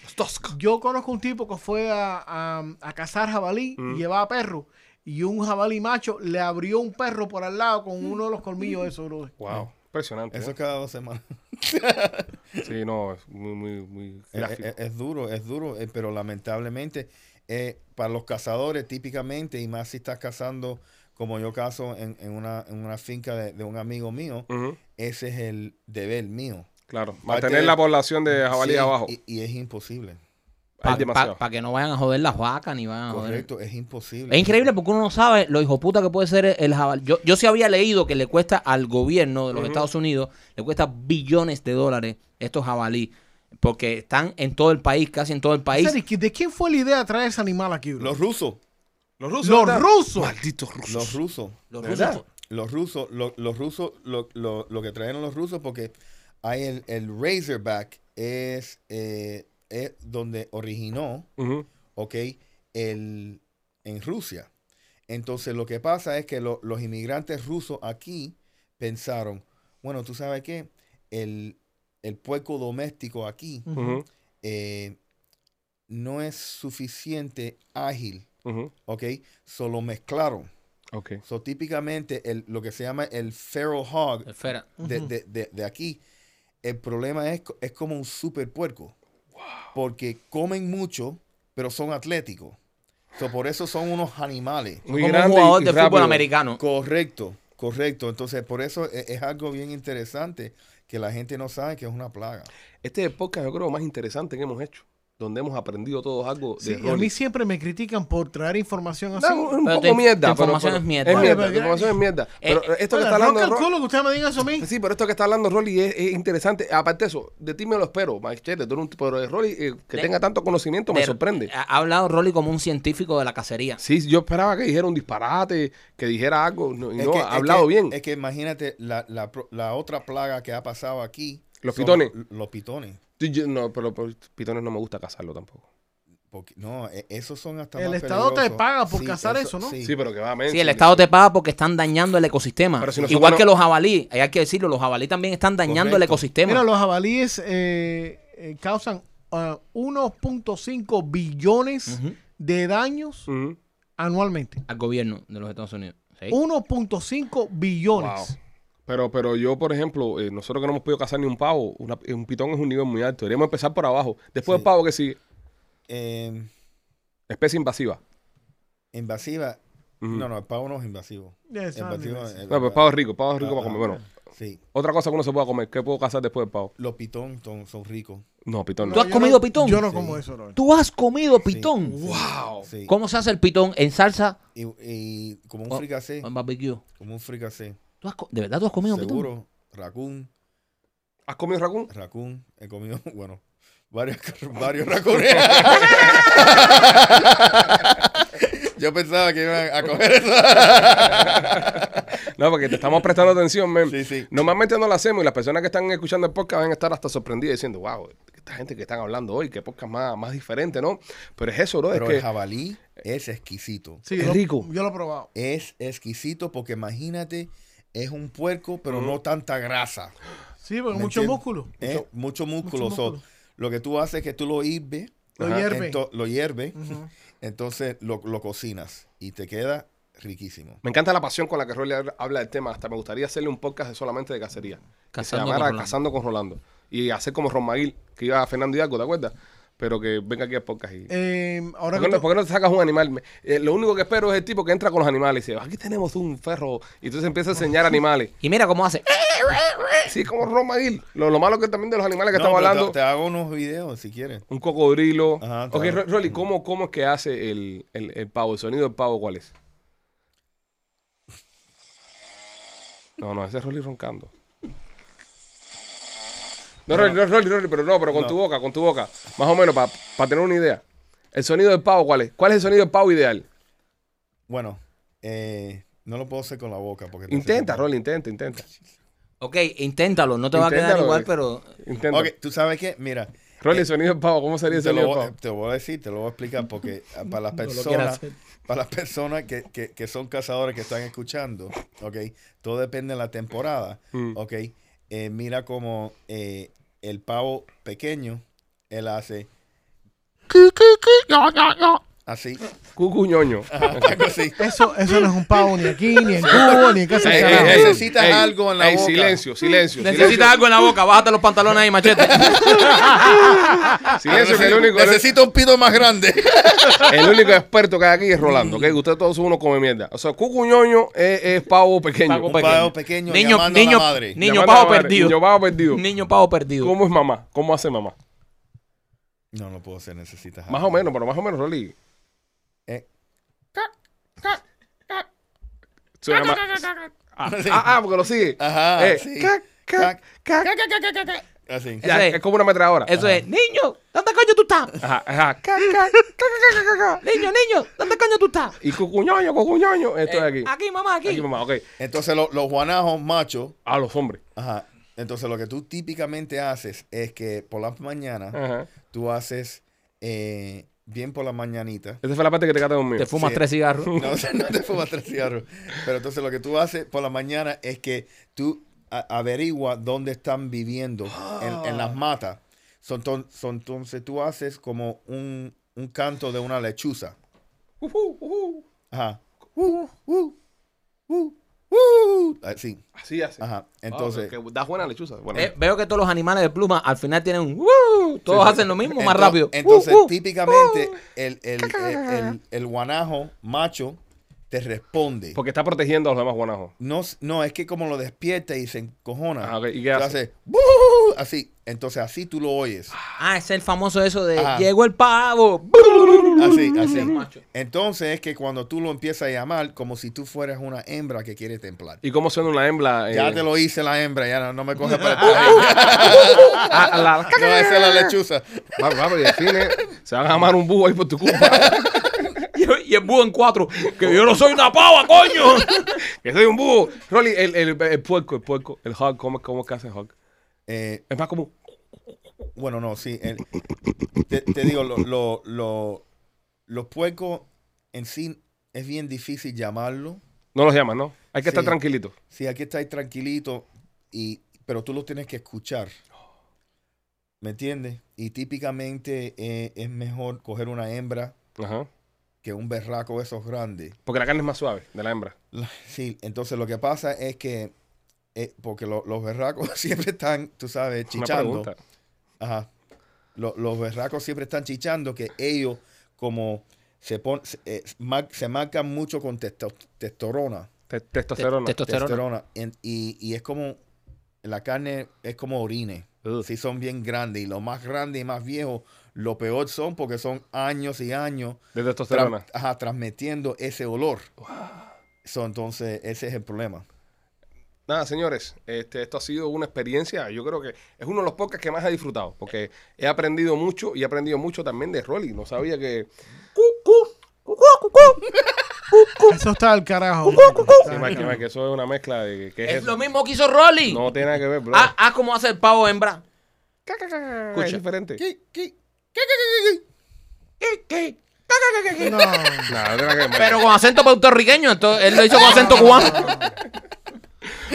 S3: Yo conozco un tipo que fue a, a- a cazar jabalí
S1: Mm.
S3: y llevaba perro. Y un jabalí macho le abrió un perro por al lado con uno de los colmillos de esos, bro.
S1: Wow. Impresionante.
S5: Eso
S1: ¿eh?
S5: es cada dos semanas.
S1: Sí, no, es muy, muy, muy
S5: Es,
S1: gráfico.
S5: eh, es- es duro, es duro, eh, pero lamentablemente eh, para los cazadores típicamente, y más si estás cazando como yo cazo en, en una, en una finca de, de un amigo mío,
S1: Ujú,
S5: ese es el deber mío.
S1: Claro.
S5: Parte
S1: Mantener
S5: de-
S1: la población de jabalí
S5: Sí,
S1: abajo.
S5: Y, y es imposible.
S1: Hay
S2: Para
S1: demasiado.
S2: que no vayan a joder las vacas ni vayan a joder.
S5: Correcto, es imposible.
S2: Ah, Es increíble porque uno no sabe lo hijo puta que puede ser el jabalí. Yo, yo sí había leído que le cuesta al gobierno de los Estados Unidos, le cuesta billones de dólares estos jabalí. Porque están en todo el país, casi en todo el país.
S3: Seri, ¿De quién fue la idea de traer ese animal aquí, bro?
S5: Los rusos,
S1: Los rusos.
S3: Los
S1: ¿verdad?
S3: rusos.
S1: Malditos rusos.
S5: los rusos.
S2: Los
S5: ¿de
S2: rusos
S5: verdad?
S2: fue-
S5: Los rusos, lo- los rusos, lo, lo- lo que trajeron los rusos, porque hay el, el Razorback, es, eh, es donde originó.
S1: Ujú.
S5: ¿ok? El, en Rusia. Entonces lo que pasa es que lo- los inmigrantes rusos aquí pensaron, bueno, tú sabes qué, el, el puerco doméstico aquí
S1: Ujú,
S5: eh, no es suficiente ágil,
S1: ujú.
S5: ¿ok? Solo mezclaron.
S1: Ok.
S5: So, típicamente el- lo que se llama el feral hog
S2: Espera.
S5: de, de- de- de aquí, el problema es, co- es como un super puerco. Porque comen mucho, pero son atléticos. So, por eso son unos animales.
S1: Muy
S2: como un
S1: grande y-
S2: jugador
S1: y
S2: de fútbol
S1: rápido.
S2: americano.
S5: Correcto, correcto. Entonces, por eso e- es, algo bien interesante que la gente no sabe que es una plaga.
S1: Este es el podcast, yo creo, más interesante que hemos hecho. donde hemos aprendido todos algo
S3: Sí,
S1: de
S3: y a mí
S1: Rolly.
S3: siempre me critican por traer información así.
S1: No, un
S2: Pero
S1: poco
S2: tu inf-
S1: mierda.
S2: tu
S1: pero-
S2: información
S1: pero-
S2: es mierda.
S1: Es
S3: Oye,
S1: mierda,
S3: pero
S1: tu
S3: ya-
S1: información es mierda. Pero
S2: eh,
S1: esto que
S3: Oye,
S1: está
S3: no
S1: hablando Rolly-
S3: calculo que ustedes me digan eso a mí.
S1: Sí, pero esto que está hablando Rolly es, es interesante. Aparte de eso, de ti me lo espero, Machete. Tú eres un tipo de Rolly eh, que
S2: De-
S1: tenga tanto conocimiento me
S2: Pero,
S1: sorprende.
S2: Ha ha hablado Rolly como un científico de la cacería.
S1: Sí, yo esperaba que dijera un disparate, que dijera algo. No, y
S5: Es
S1: no,
S5: que-
S1: ha
S5: es
S1: hablado
S5: que-
S1: bien.
S5: Es que imagínate la, la pro- la otra plaga que ha pasado aquí.
S1: Los
S5: son
S1: pitones.
S5: l- Los pitones.
S1: Sí, yo- no, pero, pero pitones no me gusta cazarlo tampoco.
S5: Porque, no, e- esos son hasta
S3: El
S5: más
S3: Estado te
S5: peligrosos.
S3: paga por cazar eso, ¿no?
S1: Sí, pero que va a
S2: Sí, el Estado te paga porque están dañando el ecosistema.
S1: Pero si nosotros
S2: Igual
S1: no-
S2: que los jabalí, hay que decirlo, los jabalí también están dañando el
S5: Correcto.
S2: ecosistema.
S3: Mira, los jabalíes eh, eh, causan ah, 1.5 billones
S2: Ujú.
S3: de daños
S1: Ujú.
S3: anualmente.
S2: Al gobierno de los Estados Unidos. Sí.
S3: 1.5 billones.
S1: Wow. Pero, pero yo, por ejemplo, eh, nosotros que no hemos podido cazar ni un pavo, una- un pitón es un nivel muy alto. Deberíamos empezar por abajo. Después
S5: Sí.
S1: del pavo que sigue,
S5: Eh,
S1: especie invasiva.
S5: invasiva.
S1: Ujú.
S5: No, no, el pavo no es invasivo.
S3: Ya
S5: El
S3: saben,
S5: invasivo
S3: eso.
S5: es-
S1: No, pero pavo es rico, pavo es rico
S5: Ah,
S1: para comer. Bueno,
S5: Sí.
S1: otra cosa que uno se pueda comer, ¿qué puedo cazar después del pavo?
S5: Los pitones son, son ricos.
S1: No, pitón no.
S2: ¿Tú has
S3: yo no-
S2: comido pitón?
S3: Yo no
S5: Sí.
S3: como eso, Robert.
S2: Tú has comido pitón.
S5: Sí.
S1: ¡Wow!
S5: Sí.
S2: ¿Cómo se hace el pitón? ¿En salsa
S5: Y, y como
S1: Ah,
S2: Oh,
S5: un fricasé.
S2: o en barbecue?
S5: Como un fricasé.
S2: ¿Tú has co- ¿De verdad tú has comido pitón?
S5: Seguro. Racún.
S1: ¿Has comido racún?
S5: Racún. He comido, bueno, varios, varios racunes. Yo pensaba que iban a coger eso.
S1: No, porque te estamos prestando atención, men.
S5: Sí, sí.
S1: Normalmente no lo hacemos y las personas que están escuchando el podcast van a estar hasta sorprendidas diciendo, wow, esta gente que están hablando hoy, qué podcast más, más diferente, ¿no? Pero es eso, bro.
S5: Pero
S1: es
S5: el
S1: que,
S5: jabalí es exquisito.
S3: Sí,
S1: Es
S3: yo-
S1: rico.
S3: Yo lo he probado.
S5: Es exquisito porque imagínate, es un puerco, pero no tanta grasa.
S3: Sí, pero
S5: ¿Me
S3: mucho
S5: entiendes?
S3: músculo.
S5: ¿eh? Mucho, músculo.
S3: mucho
S5: so,
S3: músculo.
S5: lo que tú haces es que tú lo hierves.
S3: Lo
S1: Ajá,
S3: hierve.
S5: ento- lo hierves.
S3: Ujú.
S5: Entonces lo, lo cocinas y te queda riquísimo.
S1: me encanta la pasión con la que Rolly habla del tema. Hasta me gustaría hacerle un podcast de solamente de cacería. Que se
S2: Cazando con
S1: llamara
S2: Rolando.
S1: Cazando con Rolando. Y hacer como Ron Maguil, que iba a Fernando Hidalgo, ¿te acuerdas? Pero que venga aquí al podcast y...
S3: Eh, ahora
S1: ¿Por
S3: que
S1: qué, no,
S3: tú-
S1: por qué no te sacas un animal? Me- eh, lo único que espero es el tipo que entra con los animales y dice, aquí tenemos un ferro. Y entonces empieza a enseñar animales.
S2: Y mira cómo hace.
S1: Sí, como Ron Maguil. Lo, lo malo que también de los animales que
S5: No,
S1: estamos
S5: pero te-
S1: hablando.
S5: Te, hago unos videos si quieres.
S1: Un cocodrilo.
S5: Ajá,
S1: ok,
S5: claro.
S1: Ro- Rolly, ¿cómo, ¿cómo es que hace el, el, el pavo? ¿El sonido del pavo cuál es? No, no, ese es Rolly roncando. No, Rolly, no, Rolly, Rolly, pero no, pero con tu boca, con tu boca. Más o menos, para tener una idea. ¿El sonido del pavo cuál es? ¿Cuál es el sonido del pavo ideal?
S5: Bueno, eh, no lo puedo hacer con la boca. porque te-
S1: Intenta, Rolly, intenta, intenta.
S2: Ok, inténtalo. No te va a quedar
S1: Inténtalo,
S2: igual,
S1: eh.
S2: pero...
S1: Intenta.
S5: Ok, tú sabes qué, mira,
S1: Rolly, el sonido del pavo, ¿cómo sería el
S5: te lo,
S1: sonido del
S5: voy,
S1: pavo?
S5: te lo voy a decir, te lo voy a explicar porque ah, para las
S2: quiero
S5: personas,
S2: hacer.
S5: para las personas que, que- que son cazadores que están escuchando, ok, todo depende de la temporada,
S1: Mm.
S5: ok, eh, mira como eh, el pavo pequeño, él hace así,
S1: Cucuñoño.
S5: algo así.
S3: Eso, eso no es un pavo ni aquí, ni en Cuba, ni en casa de
S5: Ey, ey,
S3: carajo.
S5: ey, necesitas algo en la boca.
S1: Silencio, silencio. silencio.
S2: Necesitas algo en la boca. Bájate los pantalones ahí, machete.
S1: Silencio, que Ah, el único,
S5: Necesito un pito más grande.
S1: el único experto que hay aquí es Rolando, ¿ok? Ustedes todos son unos come mierda. O sea, cucuñoño es, es pavo pequeño.
S2: Pavo
S5: Un pavo pequeño
S2: Niño-
S5: llamando
S2: niño-
S5: a la madre.
S2: ni- niño
S1: Llamando
S2: pavo
S1: a la madre,
S2: perdido.
S1: Niño pavo perdido.
S2: Niño pavo perdido.
S1: ¿Cómo es mamá? ¿Cómo hace mamá?
S5: No, no puedo hacer, necesitas
S1: Más
S5: algo.
S1: o menos, pero más o menos, Rolly.
S5: Eh,
S1: Suena más- Ah, ah, ah, porque lo sigue.
S5: Ajá,
S1: Eh,
S5: sí.
S1: cac, cac, cac.
S5: Así.
S1: Ya,
S2: Ese es.
S1: es como una metralladora.
S2: Eso es. Niño, ¿dónde coño tú estás?
S1: Ajá, ajá. Cac, cac, cac, cac, cac, cac.
S2: Niño, niño, ¿dónde coño tú estás? Eh,
S1: Y cucuñoño, cucuñoño. Esto es aquí.
S2: Aquí, mamá, aquí.
S1: Aquí, mamá, ok.
S5: Entonces lo- los guanajos machos,
S1: A los hombres.
S5: ajá. Entonces lo que tú típicamente haces es que por las mañanas
S1: Ajá.
S5: tú haces eh, bien por la mañanita.
S1: Esa fue la parte que te cata conmigo.
S2: Te fumas
S5: Sí.
S2: tres cigarros.
S5: No, o sea, no te fumas tres cigarros. Pero entonces lo que tú haces por la mañana es que tú a- averiguas dónde están viviendo en, en las matas. So, enton- so, entonces tú haces como un, un canto de una lechuza.
S1: Ujú, ujú.
S5: Ajá. Uh, uh, uh, uh. Así.
S1: Así, así.
S5: Ajá.
S1: Wow,
S5: Entonces.
S1: que da buena lechuza. Bueno,
S2: Eh, veo que todos los animales de pluma al final tienen un "Woo". Todos hacen lo mismo más
S5: Ento-
S2: rápido. Uh,
S5: Entonces,
S2: "Woo, woo".
S5: típicamente, el, el, el- el- el guanajo macho te responde.
S1: porque está protegiendo a los demás guanajos.
S5: No, s- no, es que como lo despierta y se encojona.
S1: Ah, ok, ¿y qué
S5: tú
S1: hace?
S5: haces, "Bú", así. Entonces así tú lo oyes.
S2: Ah, es el famoso eso de
S5: Ajá.
S2: llegó el pavo.
S5: Así, así.
S2: el macho.
S5: Entonces es que cuando tú lo empiezas a llamar, como si tú fueras una hembra que quiere templar.
S1: ¿Y cómo suena una hembra? eh?
S5: Ya te lo hice la hembra, ya no, no me coge para atrás.
S1: Ah, ah, la-
S5: No, esa es la lechuza.
S1: Va, va, porque define, se van a amar un búho ahí por tu culpa.
S2: Y- Y el búho en cuatro. Que yo no soy una pava, coño.
S1: que soy un búho. Rolly, el, el, el puerco, el puerco, el hog, ¿cómo, cómo es que hace el hog?
S5: Eh,
S1: Es más común.
S5: bueno, no, sí. el- te, te digo, lo- lo- lo- los puercos en sí es bien difícil llamarlo.
S1: No los llaman, ¿no? Hay que estar
S5: Sí.
S1: tranquilito.
S5: Si aquí estáis tranquilito, y, pero tú lo tienes que escuchar. ¿Me entiendes? Y típicamente eh, es mejor coger una hembra
S1: Ajá.
S5: que un berraco de esos grandes.
S1: Porque la carne es más suave de la hembra.
S5: La- Sí, entonces lo que pasa es que, eh, porque lo- los berracos siempre están, tú sabes,
S1: Una
S5: chichando.
S1: pregunta.
S5: Ajá. Lo- los berracos siempre están chichando que ellos, como se, pon, se, eh, mar- se marcan mucho con testo- testosterona.
S1: Te- Testosterona.
S2: Testosterona.
S5: testosterona. En- y, y es como, la carne es como orines.
S1: Ugh.
S5: Si son bien grandes. Y los más grandes y más viejos, lo peor son porque son años y años
S1: De
S5: tra-
S1: testosterona.
S5: ajá, transmitiendo ese olor. So, entonces, ese es el problema.
S1: Nada, señores, este, esto ha sido una experiencia. Yo creo que es uno de los podcasts que más he disfrutado, porque he aprendido mucho y he aprendido mucho también de Rolly. No sabía que.
S3: Eso está al carajo.
S1: Sí, Mike, que, Mike, que eso es una mezcla de. que- que
S2: Es
S1: eso.
S2: lo mismo que hizo Rolly.
S1: No tiene nada que ver, bro.
S2: Ah, ah, ¿cómo hace el pavo hembra?
S1: Escucha. Es diferente.
S3: No.
S1: Nada, no tiene nada que ver.
S2: Pero con acento puertorriqueño, entonces él lo hizo con acento cubano.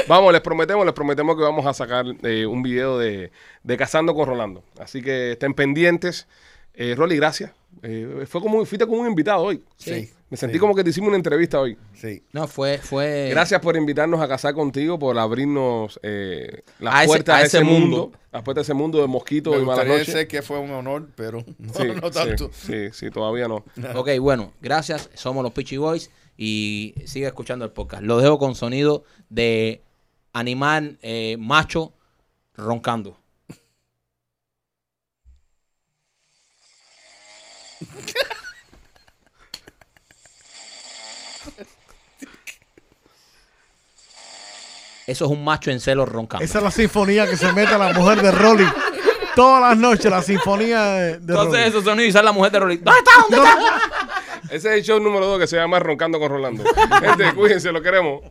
S1: Vamos, les prometemos, les prometemos que vamos a sacar eh, un video de, de Cazando con Rolando. Así que estén pendientes. Eh, Rolly, gracias. Eh, fue como, fuiste como un invitado hoy.
S5: Sí.
S1: Me sentí
S5: Sí.
S1: como que te hicimos una entrevista hoy.
S5: Sí.
S2: No, fue, fue.
S1: Gracias por invitarnos a casar contigo, por abrirnos eh, las
S2: A ese-
S1: puertas
S2: a
S1: a
S2: ese
S1: ese mundo.
S2: mundo.
S1: Las puertas de ese mundo de mosquitos y
S5: Me
S1: malas
S5: gustaría
S1: noches.
S5: decir que fue un honor, pero no,
S1: Sí,
S5: no
S1: sí,
S5: tanto.
S1: Sí, sí, todavía no.
S2: Ok, bueno, gracias. Somos los Peachy Boys y sigue escuchando el podcast. Lo dejo con sonido de animal eh, macho roncando. Eso es un macho en celo roncando.
S3: Esa es la sinfonía que se mete a la mujer de Rolly. Todas las noches, la sinfonía de, de
S2: Entonces,
S3: Rolly.
S2: esos sonidos y sale la mujer de Rolly. ¿Dónde está? ¿Dónde está?
S1: Ese es el show número 2 que se llama Roncando con Rolando. Gente, cuídense, lo queremos.